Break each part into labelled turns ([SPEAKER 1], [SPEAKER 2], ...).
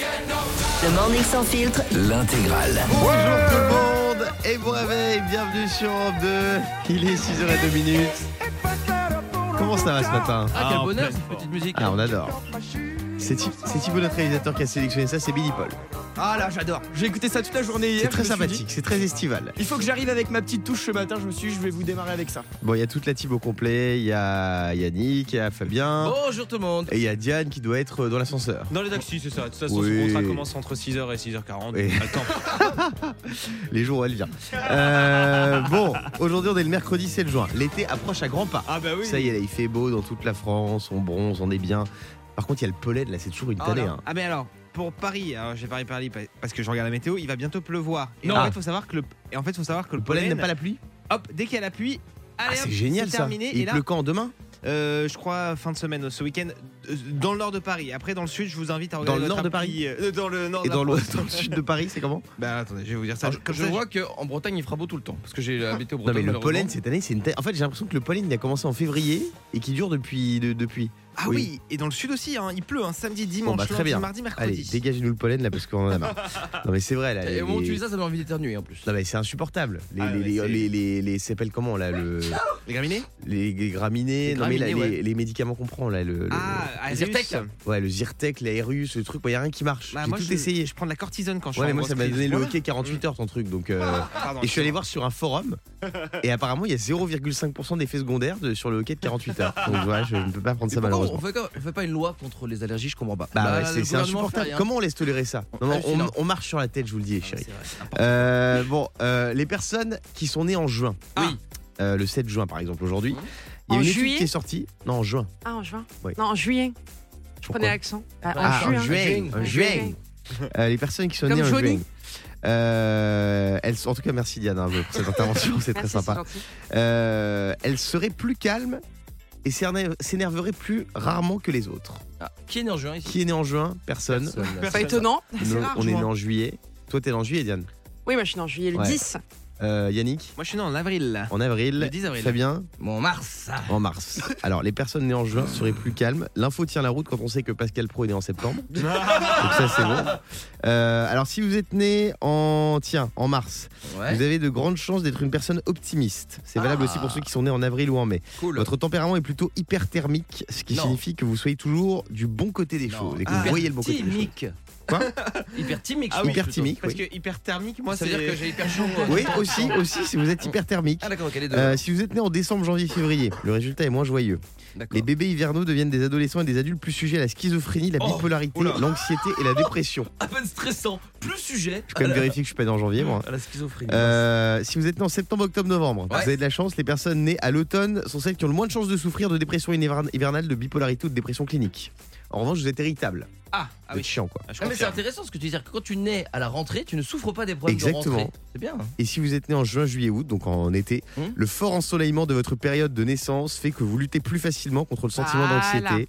[SPEAKER 1] Le Morning Sans Filtre,
[SPEAKER 2] L'intégrale.
[SPEAKER 3] Bonjour tout le monde et bon réveil, bienvenue sur Europe 2. Il est 6h02 minutes. Comment ça va ce matin
[SPEAKER 4] Ah, quel bonheur cette petite musique.
[SPEAKER 3] Ah, on adore. C'est Thi- c'est Thibaut, notre réalisateur, qui a sélectionné ça, c'est Billy Paul.
[SPEAKER 4] Ah là, j'adore. J'ai écouté ça toute la journée hier.
[SPEAKER 3] C'est très
[SPEAKER 4] je me suis dit,
[SPEAKER 3] sympathique, c'est très estival.
[SPEAKER 4] Il faut que j'arrive avec ma petite touche ce matin. Je me suis dit, je vais vous démarrer avec ça.
[SPEAKER 3] Bon, il y a toute la team au complet, il y a Yannick, il y a Fabien
[SPEAKER 4] Bonjour tout le monde.
[SPEAKER 3] et il y a Diane qui doit être dans l'ascenseur.
[SPEAKER 5] Dans les taxis, c'est ça. De toute façon, son
[SPEAKER 3] Oui.
[SPEAKER 5] contrat commence entre 6h et 6h40.
[SPEAKER 3] Oui.
[SPEAKER 6] Ah,
[SPEAKER 5] Pas le temps.
[SPEAKER 3] Les jours où elle vient. Euh, bon, aujourd'hui on est le mercredi 7 juin. L'été approche à grands pas.
[SPEAKER 5] Ah bah oui.
[SPEAKER 3] Ça y est, là, il fait beau dans toute la France, on bronze, on est bien. Par contre, il y a le pollen, là, c'est toujours une tannée. hein.
[SPEAKER 6] Ah mais alors pour Paris, alors j'ai parlé Paris pa- parce que je regarde la météo, il va bientôt pleuvoir. Et
[SPEAKER 5] Non.
[SPEAKER 6] en fait, faut savoir que le et en fait, faut savoir que le,
[SPEAKER 3] Le pollen n'aime pas la pluie
[SPEAKER 6] Hop, dès qu'il y a la pluie,
[SPEAKER 3] Ah,
[SPEAKER 6] allez hop,
[SPEAKER 3] c'est génial ça.
[SPEAKER 6] terminé
[SPEAKER 3] Et
[SPEAKER 6] et
[SPEAKER 3] il
[SPEAKER 6] là
[SPEAKER 3] pleut quand demain
[SPEAKER 6] euh, je crois fin de semaine ce week-end euh, dans le nord de Paris. Après dans le sud, je vous invite à
[SPEAKER 3] Dans
[SPEAKER 6] regarder
[SPEAKER 3] le
[SPEAKER 6] notre
[SPEAKER 3] nord de
[SPEAKER 6] appli, euh, dans le nord
[SPEAKER 3] Et
[SPEAKER 6] de
[SPEAKER 3] dans Ah,
[SPEAKER 6] la
[SPEAKER 3] le,
[SPEAKER 6] France.
[SPEAKER 3] dans le sud de Paris, c'est comment
[SPEAKER 6] Bah attendez, je vais vous dire ça.
[SPEAKER 5] Alors, je-
[SPEAKER 6] Comme
[SPEAKER 5] je
[SPEAKER 6] ça,
[SPEAKER 5] vois qu'en Bretagne, il fera beau tout le temps. Parce que j'ai habité au
[SPEAKER 3] Ah. Non
[SPEAKER 5] Bretagne.
[SPEAKER 3] mais le
[SPEAKER 5] malheureusement.
[SPEAKER 3] pollen cette année, c'est une tannée. En fait, j'ai l'impression que le pollen il a commencé en février et qui dure depuis de- depuis.
[SPEAKER 6] Ah oui. et dans le sud aussi hein, il pleut hein, samedi, dimanche,
[SPEAKER 3] bah, très
[SPEAKER 6] lundi,
[SPEAKER 3] bien.
[SPEAKER 6] mardi, mercredi.
[SPEAKER 3] Allez, dégagez-nous le pollen là parce qu'on en a marre. non mais c'est vrai là. les-
[SPEAKER 4] Et au moment où tu
[SPEAKER 3] les-
[SPEAKER 4] dis ça, ça donne envie d'éternuer en plus.
[SPEAKER 3] Non mais c'est insupportable. Les
[SPEAKER 5] Ah,
[SPEAKER 3] les
[SPEAKER 5] ouais,
[SPEAKER 3] les
[SPEAKER 5] c'est-
[SPEAKER 3] les, les- les- s'appellent comment là le
[SPEAKER 6] Les graminées
[SPEAKER 3] les les graminées,
[SPEAKER 4] Les
[SPEAKER 3] non mais là,
[SPEAKER 4] graminées,
[SPEAKER 3] les, les médicaments qu'on prend là le, le-
[SPEAKER 4] Les
[SPEAKER 6] Ah, Arius.
[SPEAKER 4] Zyrtec, là.
[SPEAKER 3] ouais le Zyrtec, l'Aérus, le truc, il y a rien qui marche.
[SPEAKER 6] Bah,
[SPEAKER 3] j'ai
[SPEAKER 6] moi
[SPEAKER 3] tout
[SPEAKER 6] je,
[SPEAKER 3] essayé.
[SPEAKER 6] je prends de la cortisone quand je
[SPEAKER 3] Ouais, mais
[SPEAKER 6] suis en
[SPEAKER 3] moi ça
[SPEAKER 6] grosse
[SPEAKER 3] m'a
[SPEAKER 6] crise.
[SPEAKER 3] donné le
[SPEAKER 6] Voilà.
[SPEAKER 3] hockey 48 heures ton truc donc euh,
[SPEAKER 4] Ah,
[SPEAKER 6] Pardon,
[SPEAKER 3] Et je suis allé voir sur un forum et apparemment il y a 0,5% d'effets secondaires de- sur le hockey de 48 heures. Donc voilà, je ne peux pas prendre ça
[SPEAKER 4] Mais pourquoi on
[SPEAKER 3] malheureusement.
[SPEAKER 4] fait, quoi on fait pas une loi contre les allergies, je comprends pas.
[SPEAKER 3] Bah, ouais,
[SPEAKER 4] le
[SPEAKER 3] c'est- c'est
[SPEAKER 4] gouvernement fait
[SPEAKER 3] insupportable.
[SPEAKER 4] rien.
[SPEAKER 3] Comment on laisse tolérer ça Non, non, on,
[SPEAKER 4] Hallucinant.
[SPEAKER 3] on marche sur la tête, je vous le dis,
[SPEAKER 4] Ah,
[SPEAKER 3] chérie.
[SPEAKER 4] c'est vrai.
[SPEAKER 3] Euh, bon, euh, les personnes qui sont nées en juin.
[SPEAKER 4] Oui.
[SPEAKER 3] Euh, le 7 juin par exemple aujourd'hui. Il y
[SPEAKER 7] En
[SPEAKER 3] a une étude
[SPEAKER 7] juillet
[SPEAKER 3] qui est sortie. Non, en juin.
[SPEAKER 7] Ah, en juin
[SPEAKER 3] Oui.
[SPEAKER 7] Non, en juillet. Je
[SPEAKER 3] Pourquoi
[SPEAKER 7] prenais l'accent. Ah,
[SPEAKER 3] Ah,
[SPEAKER 7] en juin.
[SPEAKER 3] en juin. Euh, les personnes qui sont
[SPEAKER 7] Comme
[SPEAKER 3] nées en
[SPEAKER 7] Johnny.
[SPEAKER 3] juin. Euh, elles, sont- en tout cas, merci Diane hein, pour cette intervention, c'est très
[SPEAKER 7] Merci,
[SPEAKER 3] sympa.
[SPEAKER 7] Ah, c'est gentil.
[SPEAKER 3] Euh, elle serait plus calme et s'énerve- s'énerverait plus rarement que les autres.
[SPEAKER 4] Ah, Qui est né en juin ici
[SPEAKER 3] Qui est né en juin Personne.
[SPEAKER 7] Pas étonnant.
[SPEAKER 3] Nous,
[SPEAKER 7] C'est rare,
[SPEAKER 3] on est
[SPEAKER 7] juin.
[SPEAKER 3] né en juillet. Toi, t'es né en juillet, Diane.
[SPEAKER 7] Oui, moi je suis né en juillet le
[SPEAKER 3] Ouais.
[SPEAKER 7] 10.
[SPEAKER 3] Euh, Yannick,
[SPEAKER 6] Moi je suis né en avril. là.
[SPEAKER 3] en avril.
[SPEAKER 6] Le 10 avril.
[SPEAKER 3] Fabien,
[SPEAKER 4] Bon, mars.
[SPEAKER 3] en mars. Alors, les personnes nées en juin seraient plus calmes. L'info tient la route quand on sait que Pascal Pro est né en septembre. Donc ça, c'est bon. Euh, alors, si vous êtes né en... Tiens, en mars,
[SPEAKER 4] Ouais.
[SPEAKER 3] vous avez de grandes chances d'être une personne optimiste. C'est valable
[SPEAKER 4] Ah.
[SPEAKER 3] aussi pour ceux qui sont nés en avril ou en mai.
[SPEAKER 4] Cool.
[SPEAKER 3] Votre tempérament est plutôt hyperthermique, ce qui
[SPEAKER 4] Non.
[SPEAKER 3] signifie que vous soyez toujours du bon côté des
[SPEAKER 4] Non.
[SPEAKER 3] choses et que
[SPEAKER 6] Ah.
[SPEAKER 3] vous voyez le bon côté des choses.
[SPEAKER 4] Hypertimique.
[SPEAKER 3] Quoi
[SPEAKER 4] Hyper timique.
[SPEAKER 3] Ah oui, Hypertimique,
[SPEAKER 6] Parce
[SPEAKER 3] oui.
[SPEAKER 6] que hyper thermique, moi
[SPEAKER 4] Ça
[SPEAKER 6] c'est
[SPEAKER 4] veut dire que j'ai hyper chaud.
[SPEAKER 3] Oui, aussi, aussi, si vous êtes hyperthermique.
[SPEAKER 4] Ah d'accord, ok, les deux.
[SPEAKER 3] Euh, si vous êtes né en décembre, janvier, février, le résultat est moins joyeux.
[SPEAKER 4] D'accord.
[SPEAKER 3] Les bébés hivernaux deviennent des adolescents et des adultes plus sujets à la schizophrénie, la
[SPEAKER 4] Oh,
[SPEAKER 3] bipolarité,
[SPEAKER 4] oula.
[SPEAKER 3] l'anxiété et la dépression.
[SPEAKER 4] À peine stressant. Plus sujet
[SPEAKER 3] Je peux quand même vérifier que je suis pas né en janvier, moi.
[SPEAKER 4] à la schizophrénie.
[SPEAKER 3] Euh, si vous êtes né en septembre, octobre, novembre,
[SPEAKER 4] Ouais.
[SPEAKER 3] vous avez de la chance. Les personnes nées à l'automne sont celles qui ont le moins de chances de souffrir de dépression hiver- hivernale, de bipolarité ou de dépression clinique. En revanche, vous êtes irritable.
[SPEAKER 4] Ah, ah
[SPEAKER 3] Vous
[SPEAKER 4] oui.
[SPEAKER 3] êtes chiant, quoi.
[SPEAKER 6] Ah, je
[SPEAKER 4] Ah, mais c'est
[SPEAKER 6] confirme.
[SPEAKER 4] intéressant ce que tu dis, c'est-à-dire que quand tu nais à la rentrée, tu ne souffres pas des problèmes de
[SPEAKER 3] Exactement.
[SPEAKER 4] rentrée. C'est bien. hein.
[SPEAKER 3] Et si vous êtes né en juin, juillet, août, donc en été,
[SPEAKER 4] Hmm.
[SPEAKER 3] le fort ensoleillement de votre période de naissance fait que vous luttez plus facilement contre le sentiment
[SPEAKER 7] Voilà.
[SPEAKER 3] d'anxiété.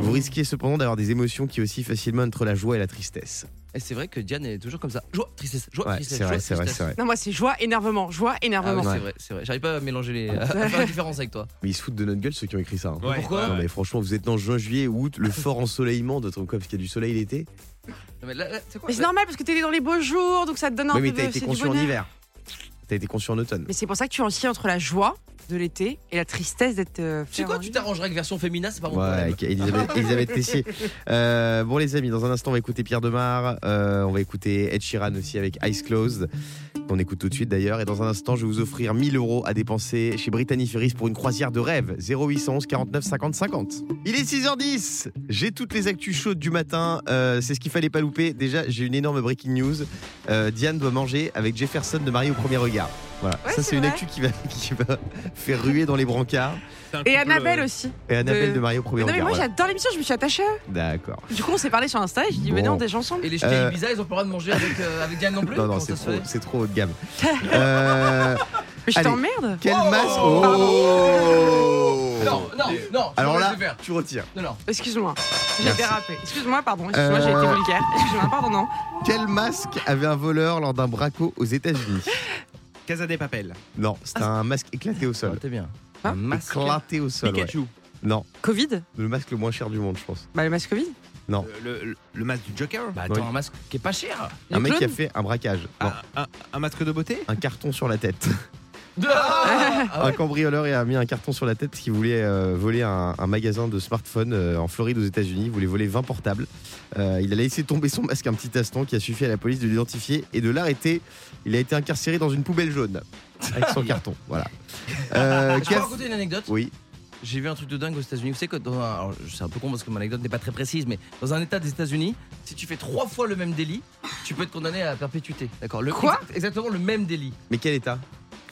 [SPEAKER 3] Vous
[SPEAKER 7] Allez.
[SPEAKER 3] risquez cependant d'avoir des émotions qui oscillent facilement entre la joie et la tristesse.
[SPEAKER 4] Et c'est vrai que Diane est toujours comme ça. Joie, tristesse, joie,
[SPEAKER 3] Ouais,
[SPEAKER 4] Oh, tristesse.
[SPEAKER 3] c'est vrai,
[SPEAKER 4] joie,
[SPEAKER 3] c'est vrai,
[SPEAKER 4] tristesse.
[SPEAKER 3] c'est vrai.
[SPEAKER 7] Non, moi c'est joie, énervement. Joie,
[SPEAKER 4] Ah oui,
[SPEAKER 7] énervement.
[SPEAKER 4] c'est vrai, c'est vrai. J'arrive pas à mélanger les. à faire la différence avec toi.
[SPEAKER 3] Mais ils se foutent de notre gueule ceux qui ont écrit ça. hein.
[SPEAKER 5] Ouais,
[SPEAKER 4] Pourquoi
[SPEAKER 3] Non mais franchement, vous êtes né en juin, juillet, août, le fort ensoleillement de ton quoi parce qu'il y a du soleil l'été.
[SPEAKER 4] Non, mais là, là, c'est quoi
[SPEAKER 7] Mais c'est
[SPEAKER 4] là-
[SPEAKER 7] normal parce que t'es né dans les beaux jours, donc ça te donne un
[SPEAKER 3] Oui,
[SPEAKER 7] peu
[SPEAKER 3] mais t'as
[SPEAKER 7] de-
[SPEAKER 3] été
[SPEAKER 7] c'est du
[SPEAKER 3] conçu en
[SPEAKER 7] bonheur.
[SPEAKER 3] hiver. T'as été conçu en automne.
[SPEAKER 7] Mais c'est pour ça que tu oscilles entre la joie de l'été et la tristesse d'être. euh,
[SPEAKER 4] Tu sais quoi,
[SPEAKER 7] fait
[SPEAKER 4] tu
[SPEAKER 7] en-
[SPEAKER 4] t'arrangeras avec version féminin, c'est pas mon
[SPEAKER 3] Ouais,
[SPEAKER 4] problème.
[SPEAKER 3] avec Elisabeth, Elisabeth Tessier. Euh, bon, les amis, dans un instant, on va écouter Pierre Demar. euh, on va écouter Ed Sheeran aussi avec Eyes Closed. qu'on écoute tout de suite d'ailleurs. Et dans un instant, je vais vous offrir 1000 euros à dépenser chez Brittany Ferries pour une croisière de rêve. 0811 49 50 50. Il est 6h10. J'ai toutes les actus chaudes du matin. Euh, C'est ce qu'il fallait pas louper. Déjà, j'ai une énorme breaking news. Euh, Diane doit manger avec Jefferson de Marie au premier regard. Voilà.
[SPEAKER 7] Ouais,
[SPEAKER 3] Ça,
[SPEAKER 7] c'est
[SPEAKER 3] c'est une
[SPEAKER 7] vrai.
[SPEAKER 3] actu qui va, qui va faire ruer dans les brancards.
[SPEAKER 5] C'est un
[SPEAKER 7] Et
[SPEAKER 5] couple,
[SPEAKER 7] Annabelle
[SPEAKER 5] euh,
[SPEAKER 7] aussi.
[SPEAKER 3] Et Annabelle de,
[SPEAKER 7] De-
[SPEAKER 3] Marie au premier
[SPEAKER 7] Non, mais
[SPEAKER 3] regard.
[SPEAKER 7] moi
[SPEAKER 3] voilà.
[SPEAKER 7] j'adore l'émission, je me suis attachée à eux.
[SPEAKER 3] D'accord.
[SPEAKER 7] Du coup, on s'est parlé sur Insta et je dis, mais
[SPEAKER 3] Bon.
[SPEAKER 7] non, on est déjà ensemble.
[SPEAKER 4] Et les ch'tis
[SPEAKER 3] Euh,
[SPEAKER 4] Ibiza, ils ont pas le droit de manger avec, euh, avec Diane non plus
[SPEAKER 3] Non, non,
[SPEAKER 4] Comment
[SPEAKER 3] c'est
[SPEAKER 4] ça se
[SPEAKER 3] trop,
[SPEAKER 4] fait
[SPEAKER 3] c'est trop haut de gamme. Euh,
[SPEAKER 7] Mais je
[SPEAKER 3] allez.
[SPEAKER 7] t'emmerde.
[SPEAKER 3] quelle masse. Oh
[SPEAKER 4] Oh Non, non, non,
[SPEAKER 3] Alors
[SPEAKER 4] je
[SPEAKER 3] là,
[SPEAKER 4] vais le faire.
[SPEAKER 3] tu retires.
[SPEAKER 4] Non, non.
[SPEAKER 7] Excuse-moi, j'ai
[SPEAKER 3] Merci.
[SPEAKER 7] dérapé. Excuse-moi, pardon. Excuse-moi, j'ai
[SPEAKER 3] Euh.
[SPEAKER 7] été vulgaire. Excuse-moi, pardon, non.
[SPEAKER 3] Quel masque avait un voleur lors d'un braco aux États-Unis
[SPEAKER 6] Casa des Papel.
[SPEAKER 3] Non, c'était un masque éclaté au sol.
[SPEAKER 4] T'es bien.
[SPEAKER 7] Hein
[SPEAKER 4] Ah, Un masque.
[SPEAKER 3] Éclaté au sol. ouais.
[SPEAKER 6] Pikachu.
[SPEAKER 3] Non,
[SPEAKER 7] Covid
[SPEAKER 3] le masque le moins cher du monde, je pense.
[SPEAKER 7] Bah, le masque Covid
[SPEAKER 3] Non.
[SPEAKER 6] Euh, Le, le- le masque du Joker
[SPEAKER 1] Bah attends,
[SPEAKER 3] Oui.
[SPEAKER 1] un masque qui est pas cher.
[SPEAKER 3] Un
[SPEAKER 7] Le
[SPEAKER 3] mec qui a
[SPEAKER 7] clown
[SPEAKER 3] fait un braquage.
[SPEAKER 4] Ah.
[SPEAKER 3] Non,
[SPEAKER 6] Ah, un, un- un masque de beauté
[SPEAKER 3] un carton sur la tête.
[SPEAKER 1] Ah Ah ouais
[SPEAKER 3] Un cambrioleur a mis un carton sur la tête parce qu'il voulait euh, voler un, un magasin de smartphones euh, en Floride aux États-Unis. Il voulait voler 20 portables. Euh, il a laissé tomber son masque un petit instant qui a suffi à la police de l'identifier et de l'arrêter. Il a été incarcéré dans une poubelle jaune avec son carton. Voilà.
[SPEAKER 4] ah,
[SPEAKER 3] Euh,
[SPEAKER 1] Je peux
[SPEAKER 3] Cass-
[SPEAKER 1] raconter une anecdote
[SPEAKER 3] Oui,
[SPEAKER 1] J'ai vu un truc de dingue aux États-Unis. Vous savez, que dans un- alors, c'est un peu con parce que mon anecdote n'est pas très précise, mais dans un état des États-Unis, si tu fais trois fois le même délit, tu peux être condamné à la perpétuité. D'accord Le-
[SPEAKER 7] Quoi
[SPEAKER 1] exact- Exactement le même délit.
[SPEAKER 3] mais quel état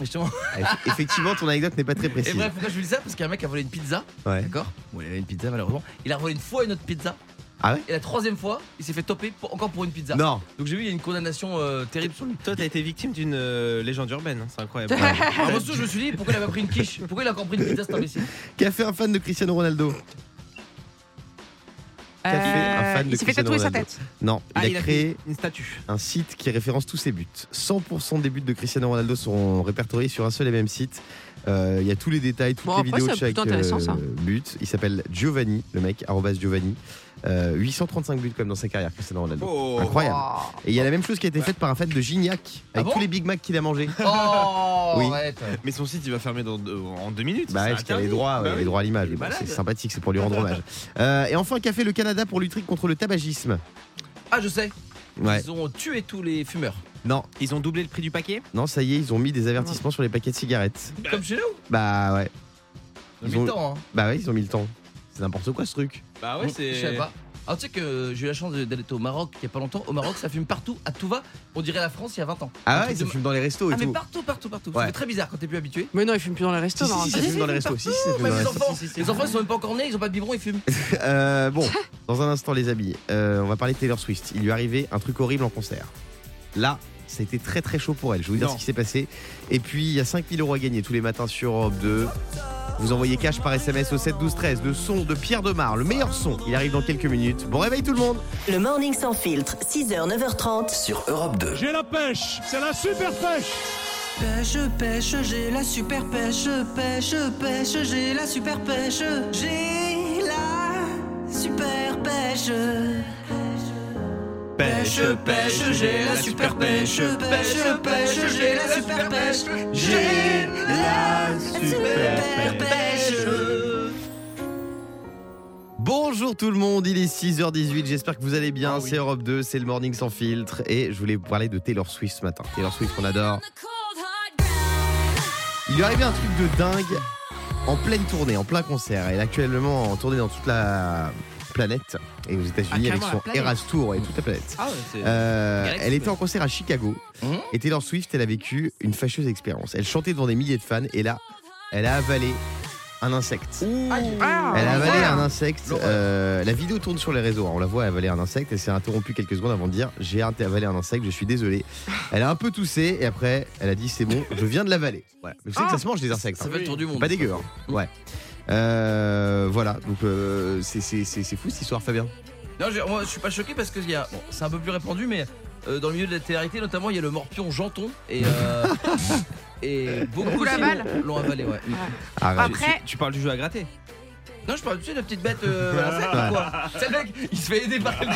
[SPEAKER 1] Justement.
[SPEAKER 3] Eff- Effectivement, ton anecdote n'est pas très
[SPEAKER 1] Et
[SPEAKER 3] précise.
[SPEAKER 1] bref, pourquoi je vous dis ça Parce qu'un mec a volé une pizza,
[SPEAKER 3] Ouais.
[SPEAKER 1] d'accord Bon, il avait une pizza malheureusement. Il a volé une fois une autre pizza.
[SPEAKER 3] Ah ouais
[SPEAKER 1] Et la troisième fois, il s'est fait toper pour- encore pour une pizza.
[SPEAKER 3] Non,
[SPEAKER 1] Donc j'ai vu, il y a une condamnation euh, terrible sur lui.
[SPEAKER 6] Toi, t'as été victime d'une euh, légende urbaine, hein, c'est incroyable.
[SPEAKER 3] Ah,
[SPEAKER 1] Alors, moi, surtout, je me suis dit, pourquoi il a pas pris une quiche Pourquoi il a encore pris une pizza cet imbécile
[SPEAKER 3] qu'a fait un fan de Cristiano Ronaldo Qu'a fait un fan de
[SPEAKER 7] il s'est fait
[SPEAKER 3] Cristiano
[SPEAKER 7] tatouer sa
[SPEAKER 3] Ronaldo
[SPEAKER 7] tête.
[SPEAKER 3] Non,
[SPEAKER 6] Ah,
[SPEAKER 3] il a créé
[SPEAKER 6] une statue.
[SPEAKER 3] un site qui référence tous ses buts. 100% des buts de Cristiano Ronaldo sont répertoriés sur un seul et même site. Euh, Il y a tous les détails, toutes
[SPEAKER 7] Bon,
[SPEAKER 3] les
[SPEAKER 7] après,
[SPEAKER 3] vidéos de
[SPEAKER 7] c'est
[SPEAKER 3] chaque euh,
[SPEAKER 7] plutôt intéressant, ça.
[SPEAKER 3] but. Il s'appelle Giovanni, le mec, arrobas Giovanni. Euh, 835 buts comme dans sa carrière, Cristiano Ronaldo. Incroyable.
[SPEAKER 7] Oh.
[SPEAKER 3] Et il y a la même chose qui a été faite par un fan de Gignac,
[SPEAKER 1] Ah
[SPEAKER 3] avec
[SPEAKER 1] bon
[SPEAKER 3] tous les Big Mac qu'il a Bah mangé.
[SPEAKER 1] Oh
[SPEAKER 3] Oui.
[SPEAKER 1] arrête.
[SPEAKER 6] Mais son site, il va fermer dans deux- en deux minutes.
[SPEAKER 3] Bah,
[SPEAKER 6] c'est
[SPEAKER 3] ouais, parce qu'il a les
[SPEAKER 6] interdit.
[SPEAKER 3] droits,
[SPEAKER 6] Bah
[SPEAKER 3] ouais,
[SPEAKER 6] oui.
[SPEAKER 3] les droits à l'image.
[SPEAKER 1] Il est
[SPEAKER 3] Bon,
[SPEAKER 1] malade.
[SPEAKER 3] c'est sympathique, c'est pour lui rendre hommage. Euh, et enfin, qu'a fait le Canada pour lutter contre le tabagisme
[SPEAKER 1] Ah, je sais.
[SPEAKER 3] Ouais.
[SPEAKER 1] Ils ont tué tous les fumeurs.
[SPEAKER 3] Non,
[SPEAKER 6] Ils ont doublé le prix du paquet
[SPEAKER 3] non, ça y est, ils ont mis des avertissements sur les paquets de cigarettes.
[SPEAKER 1] Comme chez nous.
[SPEAKER 3] Bah ouais, Ils
[SPEAKER 1] Ils
[SPEAKER 3] ont-
[SPEAKER 1] ans. hein.
[SPEAKER 3] bah ouais, ils ont mis le temps. C'est n'importe quoi ce truc.
[SPEAKER 5] Bah ouais,
[SPEAKER 1] Mm. Je
[SPEAKER 5] c'est.
[SPEAKER 1] sais pas. Alors tu sais que j'ai eu la chance de- d'aller au Maroc il y a pas longtemps. Au Maroc, ça fume partout, à tout va. On dirait la France il y a 20 ans. Un
[SPEAKER 3] Ah ouais,
[SPEAKER 1] truc
[SPEAKER 3] ils
[SPEAKER 1] de-
[SPEAKER 3] fument dans les restos et
[SPEAKER 1] Ah mais
[SPEAKER 3] tout.
[SPEAKER 1] partout, partout, partout.
[SPEAKER 3] Ouais.
[SPEAKER 1] C'est très bizarre quand t'es plus habitué.
[SPEAKER 7] Mais non, il fume plus dans les restos.
[SPEAKER 3] Si, si,
[SPEAKER 7] non.
[SPEAKER 3] si, ça fume dans les restos. Si, si, ça fume
[SPEAKER 1] Même
[SPEAKER 3] dans les
[SPEAKER 1] les
[SPEAKER 3] restos.
[SPEAKER 1] enfants, les enfants ils sont même pas encore nés, ils ont pas de biberon, ils fument.
[SPEAKER 3] Euh, bon, dans un instant, les amis, euh, on va parler de Taylor Swift. Il lui est arrivé un truc horrible en concert. Là, ça a été très très chaud pour elle. Je vais vous dire
[SPEAKER 6] Non.
[SPEAKER 3] ce qui s'est passé. Et puis, il y a 5000 euros à gagner tous les matins sur Europe 2. Vous envoyez cash par SMS au 7 12 13 le son de Pierre Demar, le meilleur son. Il arrive dans quelques minutes. Bon réveil tout le monde.
[SPEAKER 2] Le morning sans filtre, 6h, 9h30.
[SPEAKER 8] Sur Europe 2.
[SPEAKER 9] J'ai la pêche, c'est la super pêche.
[SPEAKER 10] Pêche, pêche, j'ai la super pêche, pêche, pêche, j'ai la super pêche, j'ai la super pêche. Pêche, pêche, j'ai la super pêche, pêche, pêche, j'ai la super pêche, j'ai la super pêche.
[SPEAKER 3] Bonjour tout le monde, il est 6h18, j'espère que vous allez
[SPEAKER 6] Ah
[SPEAKER 3] bien. C'est Europe 2, c'est le morning sans filtre. Et je voulais vous parler de Taylor Swift ce matin. Taylor Swift, on adore. Il lui est arrivé un truc de dingue en pleine tournée, en plein concert. Elle est actuellement en tournée dans toute la planète et aux États-Unis
[SPEAKER 6] Ah,
[SPEAKER 3] avec
[SPEAKER 6] carrément,
[SPEAKER 3] son
[SPEAKER 6] la planète.
[SPEAKER 3] Eras Tour et toute la planète.
[SPEAKER 6] Ah ouais, c'est. Mmh.
[SPEAKER 3] Euh,
[SPEAKER 1] Galaxy,
[SPEAKER 3] elle était
[SPEAKER 1] ouais.
[SPEAKER 3] en concert à Chicago
[SPEAKER 1] Mhm.
[SPEAKER 3] et Taylor Swift, elle a vécu une fâcheuse expérience. Elle chantait devant des milliers de fans et là, elle a avalé un insecte.
[SPEAKER 7] Ah,
[SPEAKER 3] Elle a avalé
[SPEAKER 7] l'enfer.
[SPEAKER 3] un insecte.
[SPEAKER 1] L'horreur.
[SPEAKER 3] euh, la vidéo tourne sur les réseaux. hein. On la voit avaler un insecte. Elle s'est interrompue quelques secondes avant de dire J'ai avalé un insecte, je suis désolée. Elle a un peu toussé et après, elle a dit C'est bon, je viens de l'avaler. Voilà. Mais vous savez que ça se mange des insectes.
[SPEAKER 1] Ça
[SPEAKER 3] hein.
[SPEAKER 1] fait le tour du
[SPEAKER 3] C'est
[SPEAKER 1] monde. Mm.
[SPEAKER 3] Pas dégueu. hein. Ouais. Euh, voilà. Donc, euh, c'est- c'est c'est- c'est fou cette histoire, Fabien.
[SPEAKER 1] Non, je, moi je suis pas choqué parce que il y a, bon, c'est un peu plus répandu, mais euh, dans le milieu de la télé notamment, il y a le morpion Janton et euh, et beaucoup
[SPEAKER 7] Beaucoup
[SPEAKER 1] aussi
[SPEAKER 7] l'avalent.
[SPEAKER 1] l'ont- l'ont avalé, ouais.
[SPEAKER 3] Arrête.
[SPEAKER 7] Après,
[SPEAKER 6] Tu parles du jeu à gratter.
[SPEAKER 1] Non, je parle tu sais, de la petite bête euh, à l'insecte ou quoi C'est le mec, il se fait aider par quelqu'un.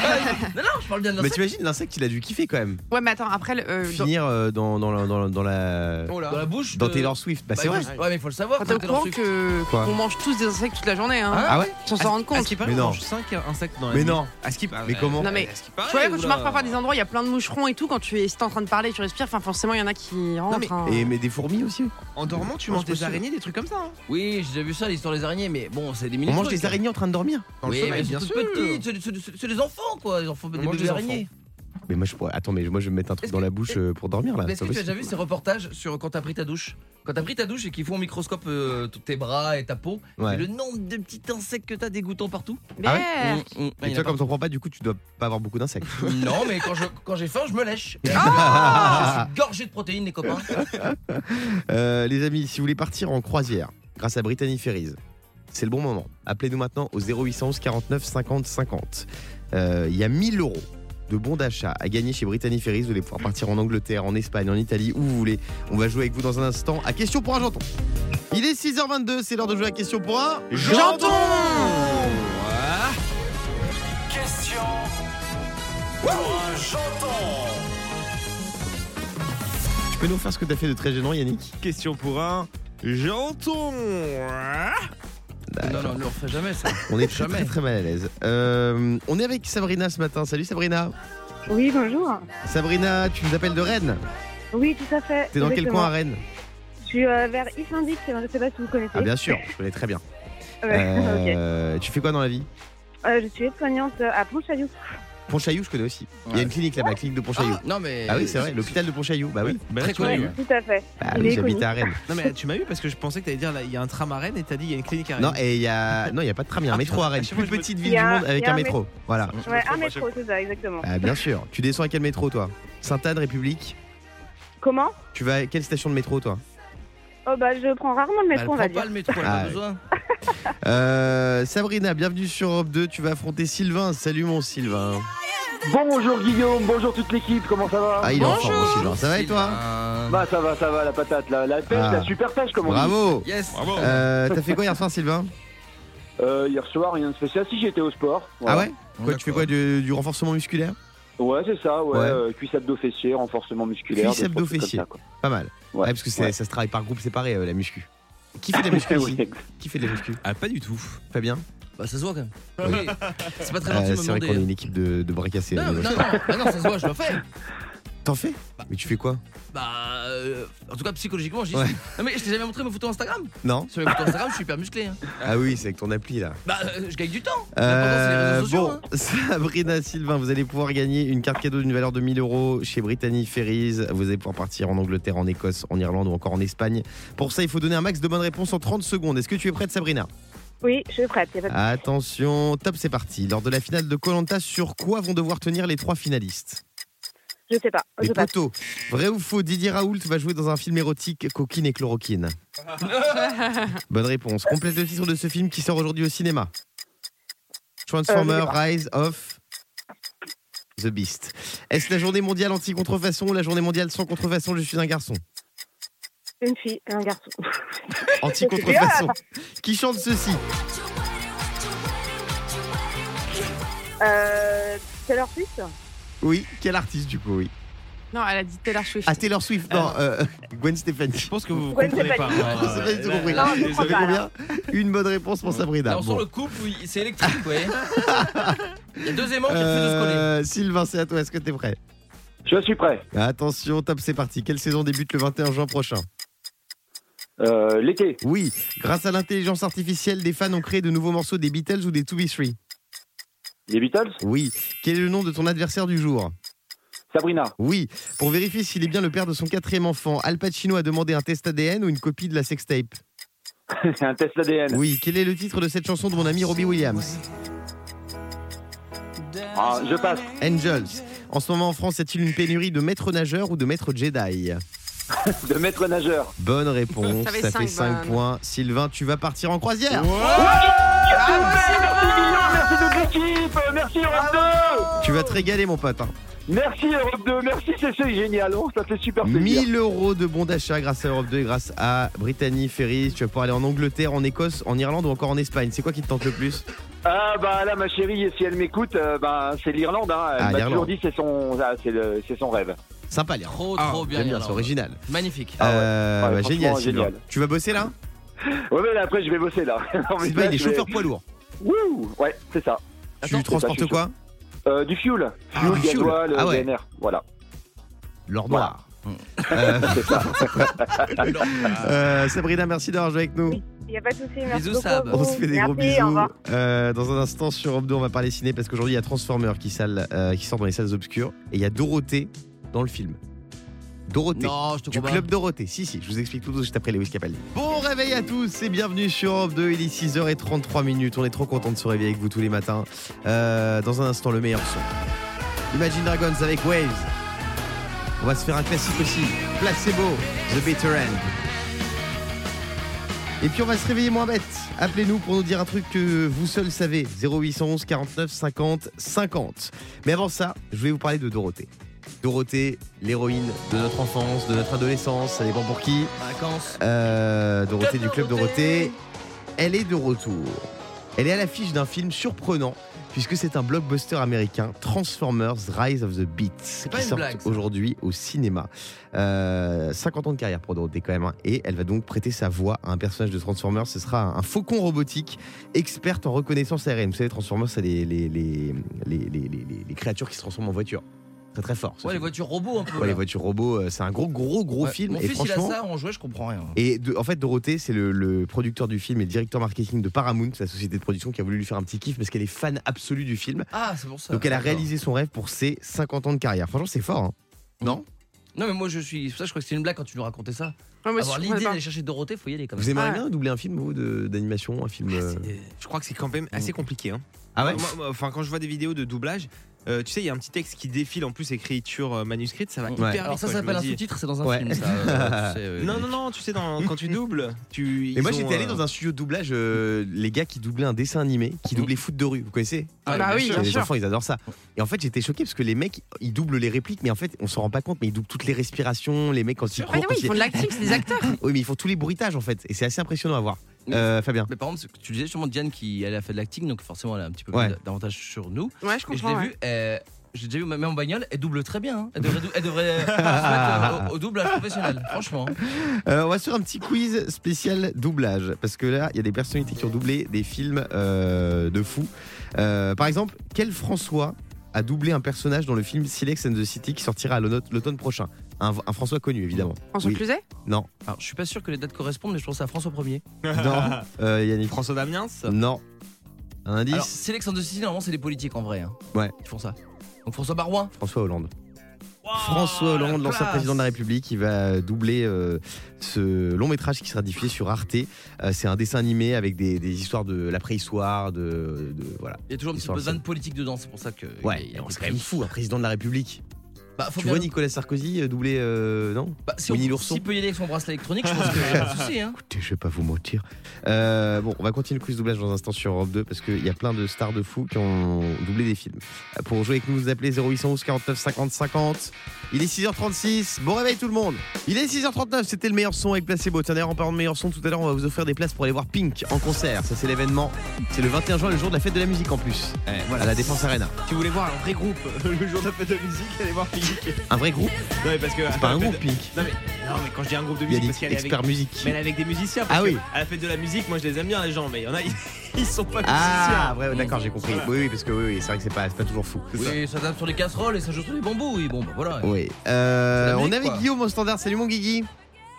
[SPEAKER 1] Non, non, je parle bien de
[SPEAKER 3] Mais
[SPEAKER 1] l'insecte.
[SPEAKER 3] t'imagines, l'insecte, il a dû kiffer quand même.
[SPEAKER 7] ouais, mais attends, après, le- euh, dans-
[SPEAKER 3] Finir euh, dans, dans, la- dans, la- dans la.
[SPEAKER 1] Oh Dans la bouche.
[SPEAKER 3] Dans
[SPEAKER 1] de-
[SPEAKER 3] Taylor Swift. Bah,
[SPEAKER 1] Bah,
[SPEAKER 3] c'est vrai.
[SPEAKER 1] juste- Ouais, mais il faut le savoir.
[SPEAKER 7] Enfin, t'es au
[SPEAKER 1] quand t'es dans
[SPEAKER 7] courant
[SPEAKER 1] le truc.
[SPEAKER 7] que
[SPEAKER 3] Quoi
[SPEAKER 7] qu'on mange tous des insectes toute la journée, hein.
[SPEAKER 3] Ah ouais
[SPEAKER 7] Sans s'en rendre
[SPEAKER 6] À
[SPEAKER 7] compte.
[SPEAKER 6] ce qui paraît,
[SPEAKER 3] Mais
[SPEAKER 6] on
[SPEAKER 3] non.
[SPEAKER 6] mange 5 insectes dans la
[SPEAKER 3] Mais
[SPEAKER 6] nuit.
[SPEAKER 3] non.
[SPEAKER 6] À ce qui paraît.
[SPEAKER 3] Mais comment
[SPEAKER 7] Non, mais-
[SPEAKER 6] À ce qui
[SPEAKER 7] Tu
[SPEAKER 6] paraît,
[SPEAKER 7] vois, quand tu
[SPEAKER 6] oula.
[SPEAKER 7] marches parfois à des endroits, il y a plein de moucherons et tout. Quand tu es, si t'es en train de parler, tu respires. Enfin, forcément, il y en a qui rentrent.
[SPEAKER 6] mais-
[SPEAKER 7] hein.
[SPEAKER 3] Et mais des fourmis aussi.
[SPEAKER 6] En dormant, tu
[SPEAKER 3] Non,
[SPEAKER 6] manges
[SPEAKER 3] je me
[SPEAKER 6] des
[SPEAKER 3] souviens.
[SPEAKER 6] araignées, des trucs comme ça. hein.
[SPEAKER 1] Oui, j'ai déjà vu ça, l'histoire des araignées, mais bon, c'est des
[SPEAKER 3] On
[SPEAKER 1] milliers
[SPEAKER 3] mange des araignées en train de dormir.
[SPEAKER 6] Dans le
[SPEAKER 1] oui,
[SPEAKER 6] sommeil,
[SPEAKER 1] mais
[SPEAKER 6] bien
[SPEAKER 1] c'est
[SPEAKER 6] sûr.
[SPEAKER 1] toute petite, c'est- c'est- c'est- c'est des enfants quoi, des enfants, des
[SPEAKER 6] mange
[SPEAKER 1] bébés
[SPEAKER 6] des
[SPEAKER 1] araignées.
[SPEAKER 3] Mais moi je pourrais. Attends, mais moi je vais me mettre un truc
[SPEAKER 1] Est-ce
[SPEAKER 3] dans
[SPEAKER 1] que-
[SPEAKER 3] la bouche euh, pour dormir là.
[SPEAKER 1] Mais
[SPEAKER 3] c'est
[SPEAKER 1] Est-ce que
[SPEAKER 3] pas
[SPEAKER 1] tu as déjà
[SPEAKER 3] possible.
[SPEAKER 1] vu ces reportages sur quand t'as pris ta douche Quand t'as pris ta douche et qu'ils font au microscope euh, tous tes bras et ta peau,
[SPEAKER 3] Ouais.
[SPEAKER 1] et le nombre de petits insectes que t'as dégoûtant partout.
[SPEAKER 3] Ah ouais
[SPEAKER 1] Mmh,
[SPEAKER 7] Merde.
[SPEAKER 1] mmh, il y
[SPEAKER 3] Et
[SPEAKER 1] en
[SPEAKER 3] toi,
[SPEAKER 1] a
[SPEAKER 3] comme t'en prends pas, du coup, tu dois pas avoir beaucoup d'insectes.
[SPEAKER 1] partout. Non, mais quand je- quand j'ai faim, je me lèche.
[SPEAKER 7] Ah
[SPEAKER 1] je suis gorgé de protéines, les copains.
[SPEAKER 3] Euh, les amis, si vous voulez partir en croisière grâce à Brittany Ferries, c'est le bon moment. Appelez-nous maintenant au 0811 49 50 50. Euh, Il y a 1000 euros de bons d'achat à gagner chez Brittany Ferries. Vous allez pouvoir partir en Angleterre, en Espagne, en Italie, où vous voulez. On va jouer avec vous dans un instant à Question pour un Janton. Il est 6h22, c'est l'heure de jouer à Question pour un
[SPEAKER 7] J'entends
[SPEAKER 8] Question
[SPEAKER 3] Tu peux nous faire ce que t'as fait de très gênant, Yannick
[SPEAKER 6] Question pour un. J'entends.
[SPEAKER 3] Ah,
[SPEAKER 1] Non, non, ne le refais jamais ça.
[SPEAKER 3] On est très,
[SPEAKER 1] Jamais.
[SPEAKER 3] très, très mal à l'aise. Euh, on est avec Sabrina ce matin. Salut Sabrina.
[SPEAKER 8] Oui, bonjour.
[SPEAKER 3] Sabrina, tu nous appelles de Rennes.
[SPEAKER 8] Oui, tout à fait.
[SPEAKER 3] T'es dans quel
[SPEAKER 8] Exactement.
[SPEAKER 3] coin à Rennes
[SPEAKER 8] Je suis euh, vers Islandic, je ne sais pas si vous connaissez.
[SPEAKER 3] Ah bien sûr, je connais très bien.
[SPEAKER 8] Ouais, ok.
[SPEAKER 3] Euh, Tu fais quoi dans la vie
[SPEAKER 8] Euh, je suis soignante à Pontchaillou.
[SPEAKER 3] Pontchaillou, je connais aussi. Il y a
[SPEAKER 1] Ouais.
[SPEAKER 3] une clinique là-bas, la clinique de Pontchaillou.
[SPEAKER 1] Non, mais.
[SPEAKER 3] Ah oui, c'est vrai, l'hôpital de Pontchaillou. Bah oui.
[SPEAKER 1] Très
[SPEAKER 6] tu m'as
[SPEAKER 1] connu.
[SPEAKER 6] eu.
[SPEAKER 8] Tout à fait.
[SPEAKER 3] Bah
[SPEAKER 8] Il
[SPEAKER 3] oui,
[SPEAKER 8] est
[SPEAKER 3] j'habite
[SPEAKER 8] connu.
[SPEAKER 3] à Rennes.
[SPEAKER 6] Non, mais tu m'as eu parce que je pensais que t'allais dire là, il y a un tram à Rennes et t'as dit il y a une clinique à Rennes.
[SPEAKER 3] Non, et il y a non, il y a pas de tram, il y a un
[SPEAKER 6] Ah,
[SPEAKER 3] métro
[SPEAKER 6] putain,
[SPEAKER 3] à Rennes,
[SPEAKER 6] à chaque
[SPEAKER 3] plus
[SPEAKER 6] fois, je me-
[SPEAKER 3] petite
[SPEAKER 8] Il
[SPEAKER 3] ville du
[SPEAKER 8] y a un-
[SPEAKER 3] monde avec
[SPEAKER 8] il y a
[SPEAKER 3] un
[SPEAKER 8] un
[SPEAKER 3] métro. Voilà.
[SPEAKER 8] Ouais, un métro, c'est ça, exactement.
[SPEAKER 3] Ah, bien sûr. Tu descends à quel métro toi Sainte-Anne République.
[SPEAKER 8] Comment
[SPEAKER 3] Tu vas à quelle station de métro toi
[SPEAKER 8] Oh, bah, je prends rarement le
[SPEAKER 1] Bah, elle
[SPEAKER 8] métro,
[SPEAKER 1] prend
[SPEAKER 8] on va
[SPEAKER 1] pas
[SPEAKER 8] dire.
[SPEAKER 1] le métro, elle a
[SPEAKER 3] Ah,
[SPEAKER 1] pas
[SPEAKER 3] ouais.
[SPEAKER 1] besoin.
[SPEAKER 3] Euh, Sabrina, bienvenue sur Europe 2. Tu vas affronter Sylvain. Salut mon Sylvain.
[SPEAKER 9] Bonjour Guillaume, bonjour toute l'équipe, comment ça va
[SPEAKER 3] Ah, il est en forme, mon Sylvain. Ça va et toi
[SPEAKER 1] Sylvain.
[SPEAKER 9] Bah ça va, ça va, la patate, la, la pêche,
[SPEAKER 3] Ah.
[SPEAKER 9] la super pêche comme on dit.
[SPEAKER 3] Bravo.
[SPEAKER 1] Yes.
[SPEAKER 5] Bravo.
[SPEAKER 3] Euh, T'as fait quoi hier soir, Sylvain
[SPEAKER 9] Euh, hier soir, rien de spécial, si j'étais au sport.
[SPEAKER 3] Ah
[SPEAKER 9] voilà.
[SPEAKER 3] ouais Quoi, tu fais quoi du, du renforcement musculaire
[SPEAKER 9] Ouais, c'est ça, ouais,
[SPEAKER 3] Ouais.
[SPEAKER 9] euh, cuisse abdo-fessier, renforcement musculaire.
[SPEAKER 3] Cuisse
[SPEAKER 9] des sports comme
[SPEAKER 3] abdo-fessier.
[SPEAKER 9] ça, quoi.
[SPEAKER 3] Pas mal.
[SPEAKER 9] Ouais.
[SPEAKER 3] Ouais, parce que c'est-
[SPEAKER 9] Ouais.
[SPEAKER 3] ça se travaille par groupe séparé, euh, la muscu. Qui fait de la muscu
[SPEAKER 9] Oui,
[SPEAKER 3] ici
[SPEAKER 9] exact.
[SPEAKER 3] Qui fait de la muscu
[SPEAKER 6] Ah, pas du tout.
[SPEAKER 3] Fabien
[SPEAKER 1] Bah, ça se voit quand même.
[SPEAKER 3] Ah
[SPEAKER 1] Oui. C'est pas très
[SPEAKER 3] Euh,
[SPEAKER 1] gentil de me
[SPEAKER 3] C'est vrai
[SPEAKER 1] demander.
[SPEAKER 3] qu'on est une équipe de, de bras cassés.
[SPEAKER 1] Non,
[SPEAKER 3] euh,
[SPEAKER 1] non, non, ah non, ça se voit, je le fais.
[SPEAKER 3] T'en fais Mais tu fais quoi
[SPEAKER 1] Bah, euh, en tout cas, psychologiquement, j'y
[SPEAKER 3] Ouais.
[SPEAKER 1] suis. Non, mais je t'ai jamais montré mes photos Instagram.
[SPEAKER 3] Non
[SPEAKER 1] Sur les photos Instagram, je suis hyper musclé. hein.
[SPEAKER 3] Ah oui, c'est avec ton appli là.
[SPEAKER 1] Bah, euh, je gagne du temps. L'important, c'est les réseaux
[SPEAKER 3] Euh,
[SPEAKER 1] sociaux, hein.
[SPEAKER 3] bon, Sabrina, Sylvain, vous allez pouvoir gagner une carte cadeau d'une valeur de 1000 euros chez Brittany Ferries. Vous allez pouvoir partir en Angleterre, en Écosse, en Irlande ou encore en Espagne. Pour ça, il faut donner un max de bonnes réponses en 30 secondes. Est-ce que tu es prête, Sabrina
[SPEAKER 8] Oui, je suis prête. y a pas de-
[SPEAKER 3] Attention, top, c'est parti. Lors de la finale de Colanta, sur quoi vont devoir tenir les trois finalistes
[SPEAKER 8] Je sais pas.
[SPEAKER 3] Les
[SPEAKER 8] Je passe.
[SPEAKER 3] poteaux. Vrai ou faux, Didier Raoult va jouer dans un film érotique Coquine et Chloroquine. Bonne réponse. Complète le titre de ce film qui sort aujourd'hui au cinéma. Transformer,
[SPEAKER 8] Euh, je sais
[SPEAKER 3] Rise of The Beast. Est-ce la journée mondiale anti-contrefaçon ou la journée mondiale sans contrefaçon Je suis un garçon.
[SPEAKER 8] Une fille et un garçon.
[SPEAKER 3] Anti-contrefaçon. Qui chante ceci
[SPEAKER 8] Euh, Taylor Swift
[SPEAKER 3] Oui, quel artiste du coup, oui.
[SPEAKER 7] Non, elle a dit Taylor Swift.
[SPEAKER 3] Ah, Taylor Swift, non, euh, Gwen Stefani.
[SPEAKER 6] Je pense que vous
[SPEAKER 8] Gwen
[SPEAKER 6] comprenez pas. Ah,
[SPEAKER 8] Stefani.
[SPEAKER 3] Je sais pas si tu as compris.
[SPEAKER 8] Non, je
[SPEAKER 3] Vous
[SPEAKER 8] comprends
[SPEAKER 3] savez
[SPEAKER 8] pas,
[SPEAKER 3] combien Une bonne réponse pour Sabrina.
[SPEAKER 1] Là, on
[SPEAKER 3] Bah, Bon.
[SPEAKER 1] sent le couple, oui, c'est électrique, ouais. Il y a deux aimants qui refusent Oh, de se coller.
[SPEAKER 3] Euh, Sylvain, c'est à toi, est-ce que t'es prêt
[SPEAKER 9] Je suis prêt.
[SPEAKER 3] Attention, top, c'est parti. Quelle saison débute le 21 juin prochain
[SPEAKER 9] Euh, L'été,
[SPEAKER 3] Oui, grâce à l'intelligence artificielle, des fans ont créé de nouveaux morceaux des Beatles ou des 2B3.
[SPEAKER 9] les Beatles,
[SPEAKER 3] Oui. Quel est le nom de ton adversaire du jour
[SPEAKER 9] Sabrina,
[SPEAKER 3] Oui. Pour vérifier s'il est bien le père de son quatrième enfant, Al Pacino a demandé un test ADN ou une copie de la sextape
[SPEAKER 9] un test ADN.
[SPEAKER 3] Oui. Quel est le titre de cette chanson de mon ami Robbie Williams
[SPEAKER 9] Ah, je passe,
[SPEAKER 3] Angels. En ce moment en France, est-il une pénurie de maîtres nageurs ou de maîtres Jedi
[SPEAKER 9] de maître nageur.
[SPEAKER 3] Bonne réponse,
[SPEAKER 7] Ça fait
[SPEAKER 3] ça fait
[SPEAKER 7] cinq
[SPEAKER 3] 5
[SPEAKER 7] bonnes.
[SPEAKER 3] points. Sylvain, tu vas partir en croisière
[SPEAKER 9] Merci Guillaume, merci toute l'équipe, merci Europe
[SPEAKER 3] Tu vas te régaler, mon pote. hein.
[SPEAKER 9] 2 Merci Europe 2, merci c'est c'est génial, oh, ça fait super plaisir.
[SPEAKER 3] 1000 euros de bons d'achat grâce à Europe 2 et grâce à Brittany Ferries. Tu vas pouvoir aller en Angleterre, en Écosse, en Irlande ou encore en Espagne. C'est quoi qui te tente le plus
[SPEAKER 9] Ah bah là ma chérie, si elle m'écoute, euh, bah, c'est l'Irlande, hein. elle
[SPEAKER 3] Ah,
[SPEAKER 9] m'a toujours
[SPEAKER 3] l'Irlande.
[SPEAKER 9] dit c'est son, ah, c'est le- c'est son rêve.
[SPEAKER 3] Sympa, l'Irlande.
[SPEAKER 1] Trop,
[SPEAKER 6] Ah,
[SPEAKER 1] trop bien.
[SPEAKER 3] J'aime bien,
[SPEAKER 1] Irlande.
[SPEAKER 3] c'est original.
[SPEAKER 1] Magnifique.
[SPEAKER 3] Euh,
[SPEAKER 9] Ah Ouais,
[SPEAKER 3] bah,
[SPEAKER 9] franchement,
[SPEAKER 3] génial, Sylvain.
[SPEAKER 9] génial.
[SPEAKER 3] Tu vas bosser là
[SPEAKER 9] Ouais mais là, après je vais bosser là. Non, mais
[SPEAKER 3] Sylvain,
[SPEAKER 9] là,
[SPEAKER 3] il est
[SPEAKER 9] je vais-
[SPEAKER 3] chauffeur poids lourd.
[SPEAKER 9] Wouh Ouais, c'est ça.
[SPEAKER 3] Tu
[SPEAKER 9] Attends, c'est
[SPEAKER 3] transportes
[SPEAKER 9] pas,
[SPEAKER 3] quoi
[SPEAKER 9] Euh, du fuel,
[SPEAKER 3] Ah,
[SPEAKER 9] fuel,
[SPEAKER 3] du fuel.
[SPEAKER 9] gasoil, euh,
[SPEAKER 3] Ah ouais.
[SPEAKER 9] GNR, voilà.
[SPEAKER 3] L'or noir. Euh,
[SPEAKER 9] C'est ça.
[SPEAKER 3] euh, Sabrina, merci d'avoir joué avec nous.
[SPEAKER 8] Il n'y a pas de souci. Merci
[SPEAKER 1] Bisous,
[SPEAKER 8] beaucoup à
[SPEAKER 1] Sab.
[SPEAKER 3] On
[SPEAKER 8] vous.
[SPEAKER 3] se fait des
[SPEAKER 8] Merci,
[SPEAKER 3] gros
[SPEAKER 8] Au revoir.
[SPEAKER 3] bisous. Euh, dans un instant sur Europe 2, on va parler ciné parce qu'aujourd'hui il y a Transformer qui, sale- euh, qui sort dans les salles obscures et il y a Dorothée dans le film. Dorothée.
[SPEAKER 1] Non, je te
[SPEAKER 3] Du
[SPEAKER 1] comprends.
[SPEAKER 3] club Dorothée, si, si, je vous explique tout juste après Lewis Capaldi. Bon réveil à tous et bienvenue sur Europe 2, il est 6h33 minutes, on est trop content de se réveiller avec vous tous les matins. Euh, dans un instant, le meilleur son. Imagine Dragons avec Waves. On va se faire un classique aussi. Placebo, The Bitter End. Et puis on va se réveiller moins bête. Appelez-nous pour nous dire un truc que vous seul savez. 0811 49 50 50. Mais avant ça, je vais vous parler de Dorothée. Dorothée, l'héroïne de notre enfance, de notre adolescence, ça dépend pour qui.
[SPEAKER 1] Bah, Vacances.
[SPEAKER 3] Euh, Dorothée du Club Dorothée. Elle est de retour. Elle est à l'affiche d'un film surprenant puisque c'est un blockbuster américain, Transformers Rise of the Beats,
[SPEAKER 1] pas
[SPEAKER 3] qui
[SPEAKER 1] une
[SPEAKER 3] sort
[SPEAKER 1] blague, ça.
[SPEAKER 3] aujourd'hui au cinéma. Euh, 50 ans de carrière pour Dorothée quand même, hein. et elle va donc prêter sa voix à un personnage de Transformers. Ce sera un, un faucon robotique, experte en reconnaissance aérienne. Vous savez, Transformers, c'est les, les, les, les, les- les- les- les créatures qui se transforment en voiture. Très très fort. ce
[SPEAKER 1] Ouais, les
[SPEAKER 3] film.
[SPEAKER 1] voitures robots un peu.
[SPEAKER 3] Ouais, les
[SPEAKER 1] là.
[SPEAKER 3] voitures robots, euh, c'est un gros gros gros
[SPEAKER 1] Ouais,
[SPEAKER 3] film.
[SPEAKER 1] Mon
[SPEAKER 3] et
[SPEAKER 1] fils, il a
[SPEAKER 3] franchement,
[SPEAKER 1] ça, on jouait, je comprends rien.
[SPEAKER 3] et de- en fait, Dorothée, c'est le, le producteur du film et le directeur marketing de Paramount, sa société de production, qui a voulu lui faire un petit kiff parce qu'elle est fan absolue du film.
[SPEAKER 1] Ah, c'est pour ça.
[SPEAKER 3] Donc elle a
[SPEAKER 1] D'accord.
[SPEAKER 3] réalisé son rêve pour ses 50 ans de carrière. Franchement, c'est fort. hein. Non
[SPEAKER 1] Non, mais moi, je suis. c'est pour ça que je crois que c'est une blague quand tu nous racontais ça.
[SPEAKER 7] Ouais, moi aussi,
[SPEAKER 1] Avoir
[SPEAKER 7] je
[SPEAKER 1] l'idée
[SPEAKER 7] comprenais pas.
[SPEAKER 1] d'aller chercher Dorothée, faut y aller quand même.
[SPEAKER 3] Vous aimeriez
[SPEAKER 7] Ouais.
[SPEAKER 3] bien doubler un film, vous, de- d'animation Un film. euh,
[SPEAKER 6] Je crois que c'est quand même assez compliqué. hein.
[SPEAKER 3] Ah
[SPEAKER 6] Moi, moi, enfin, quand je vois des vidéos de doublage, euh, tu sais, il y a un petit texte qui défile en plus écriture euh, manuscrite, ça va
[SPEAKER 1] Ouais.
[SPEAKER 6] hyper vite.
[SPEAKER 1] Alors ça, ça
[SPEAKER 6] quoi, je me
[SPEAKER 1] s'appelle un
[SPEAKER 6] dis-
[SPEAKER 1] sous-titre, c'est dans un
[SPEAKER 3] Ouais.
[SPEAKER 1] film. ça, euh, tu sais, euh,
[SPEAKER 6] Non, non, non, tu sais, dans- quand tu doubles, tu.
[SPEAKER 3] Et moi, j'étais
[SPEAKER 6] euh,
[SPEAKER 3] allé dans un studio de doublage, euh, les gars qui doublaient un dessin animé, qui doublaient foot de rue, vous connaissez
[SPEAKER 7] Ah, bah oui, bien
[SPEAKER 3] Les
[SPEAKER 7] sûr.
[SPEAKER 3] enfants, ils adorent ça. Et en fait, j'étais choqué parce que les mecs, ils doublent les répliques, mais en fait, on s'en rend pas compte, mais ils doublent toutes les respirations, les mecs quand ils
[SPEAKER 7] Ah
[SPEAKER 3] courent.
[SPEAKER 7] oui,
[SPEAKER 3] quand
[SPEAKER 7] ils font de l'acting, c'est des acteurs.
[SPEAKER 3] Oui, mais ils font tous les bruitages en fait, et c'est assez impressionnant à voir. Euh, Fabien.
[SPEAKER 1] Mais par exemple, ce que tu disais justement Diane qui elle a fait de l'acting, donc forcément elle a un petit peu
[SPEAKER 3] Ouais.
[SPEAKER 1] plus d'avantage sur nous.
[SPEAKER 7] Ouais, je
[SPEAKER 1] Et je l'ai
[SPEAKER 7] comprends. ouais.
[SPEAKER 1] vu, euh, j'ai déjà vu ma mère en bagnole, elle double très bien. hein. Elle devrait, dou- elle devrait se mettre euh, au, au doublage professionnel, franchement. hein.
[SPEAKER 3] Euh, on va se faire un petit quiz spécial doublage, parce que là, il y a des personnalités qui ont doublé des films euh, de fous. Euh, par exemple, quel François a doublé un personnage dans le film Silex and the City qui sortira à l'automne l'automne prochain un, un François connu, évidemment.
[SPEAKER 7] François
[SPEAKER 3] Oui.
[SPEAKER 7] Cluzet
[SPEAKER 1] Alors je suis pas sûr que les dates correspondent, mais je pense à François 1er.
[SPEAKER 3] Non, euh, Yannick.
[SPEAKER 6] François Damiens
[SPEAKER 3] Non. Un indice
[SPEAKER 1] Alors Sélection de Sicile, normalement c'est les politiques en vrai. hein.
[SPEAKER 3] Ouais.
[SPEAKER 1] Ils font ça. Donc François Barouin.
[SPEAKER 3] François Hollande. François Hollande,
[SPEAKER 1] la
[SPEAKER 3] l'ancien
[SPEAKER 1] classe.
[SPEAKER 3] président de la République, il va doubler euh, ce long métrage qui sera diffusé sur Arte. Euh, c'est un dessin animé avec des, des histoires de la préhistoire, de, de- voilà.
[SPEAKER 1] Il y a toujours un
[SPEAKER 3] Ils
[SPEAKER 1] petit
[SPEAKER 3] sont
[SPEAKER 1] peu
[SPEAKER 3] ensemble.
[SPEAKER 1] de politique dedans, c'est pour ça que.
[SPEAKER 3] Ouais,
[SPEAKER 1] il y a- il y a
[SPEAKER 3] c'est
[SPEAKER 1] des
[SPEAKER 3] quand même
[SPEAKER 1] prix.
[SPEAKER 3] fou, un président de la République.
[SPEAKER 1] Bah, faut
[SPEAKER 3] tu
[SPEAKER 1] bien-
[SPEAKER 3] vois Nicolas Sarkozy euh, doubler, euh, non
[SPEAKER 1] bah, si
[SPEAKER 3] Winnie
[SPEAKER 1] on
[SPEAKER 3] l'ourson
[SPEAKER 1] s'il peut y aller avec son bracelet électronique, je pense qu'il n'y a pas de souci. Hein.
[SPEAKER 3] Écoutez, je vais pas vous mentir. Euh, bon, on va continuer le quiz doublage dans un instant sur Europe 2 parce qu'il y a plein de stars de fous qui ont doublé des films. Euh, Pour jouer avec nous, vous appelez 0811 49 50 50. Il est 6h36. Bon réveil tout le monde. Il est 6h39. C'était le meilleur son avec Placebo. Tiens, d'ailleurs, en parlant de meilleur son, tout à l'heure, on va vous offrir des places pour aller voir Pink en concert. Ça, c'est l'événement. C'est le 21 juin, le jour de la fête de la musique en plus. Euh, À la Défense Arena.
[SPEAKER 6] Si vous voulez voir un vrai groupe le jour de la fête de la musique, allez voir Pink.
[SPEAKER 3] Un vrai groupe
[SPEAKER 6] non, mais parce que.
[SPEAKER 3] C'est pas un groupe, Pink.
[SPEAKER 6] Non, mais, non, mais quand je dis un groupe de
[SPEAKER 3] Il y a
[SPEAKER 6] musique,
[SPEAKER 3] des
[SPEAKER 6] parce qu'elle est avec.
[SPEAKER 3] experts musique.
[SPEAKER 6] Mais elle est avec des musiciens.
[SPEAKER 3] Ah
[SPEAKER 6] parce que
[SPEAKER 3] oui.
[SPEAKER 6] À la fête de la musique, moi je les aime bien, les gens, mais il y en a, ils, ils sont pas musiciens.
[SPEAKER 3] Ah, ouais, d'accord, j'ai compris. Oui, oui, parce que oui, oui, c'est vrai que c'est pas, c'est pas toujours fou.
[SPEAKER 1] Oui, ça tape sur les casseroles et ça joue sur les bambous. Oui, bon, bah voilà.
[SPEAKER 3] Oui. Euh,
[SPEAKER 1] C'est la
[SPEAKER 3] on est
[SPEAKER 1] musique,
[SPEAKER 3] avec
[SPEAKER 1] quoi.
[SPEAKER 3] Guillaume au standard. Salut mon Guigui.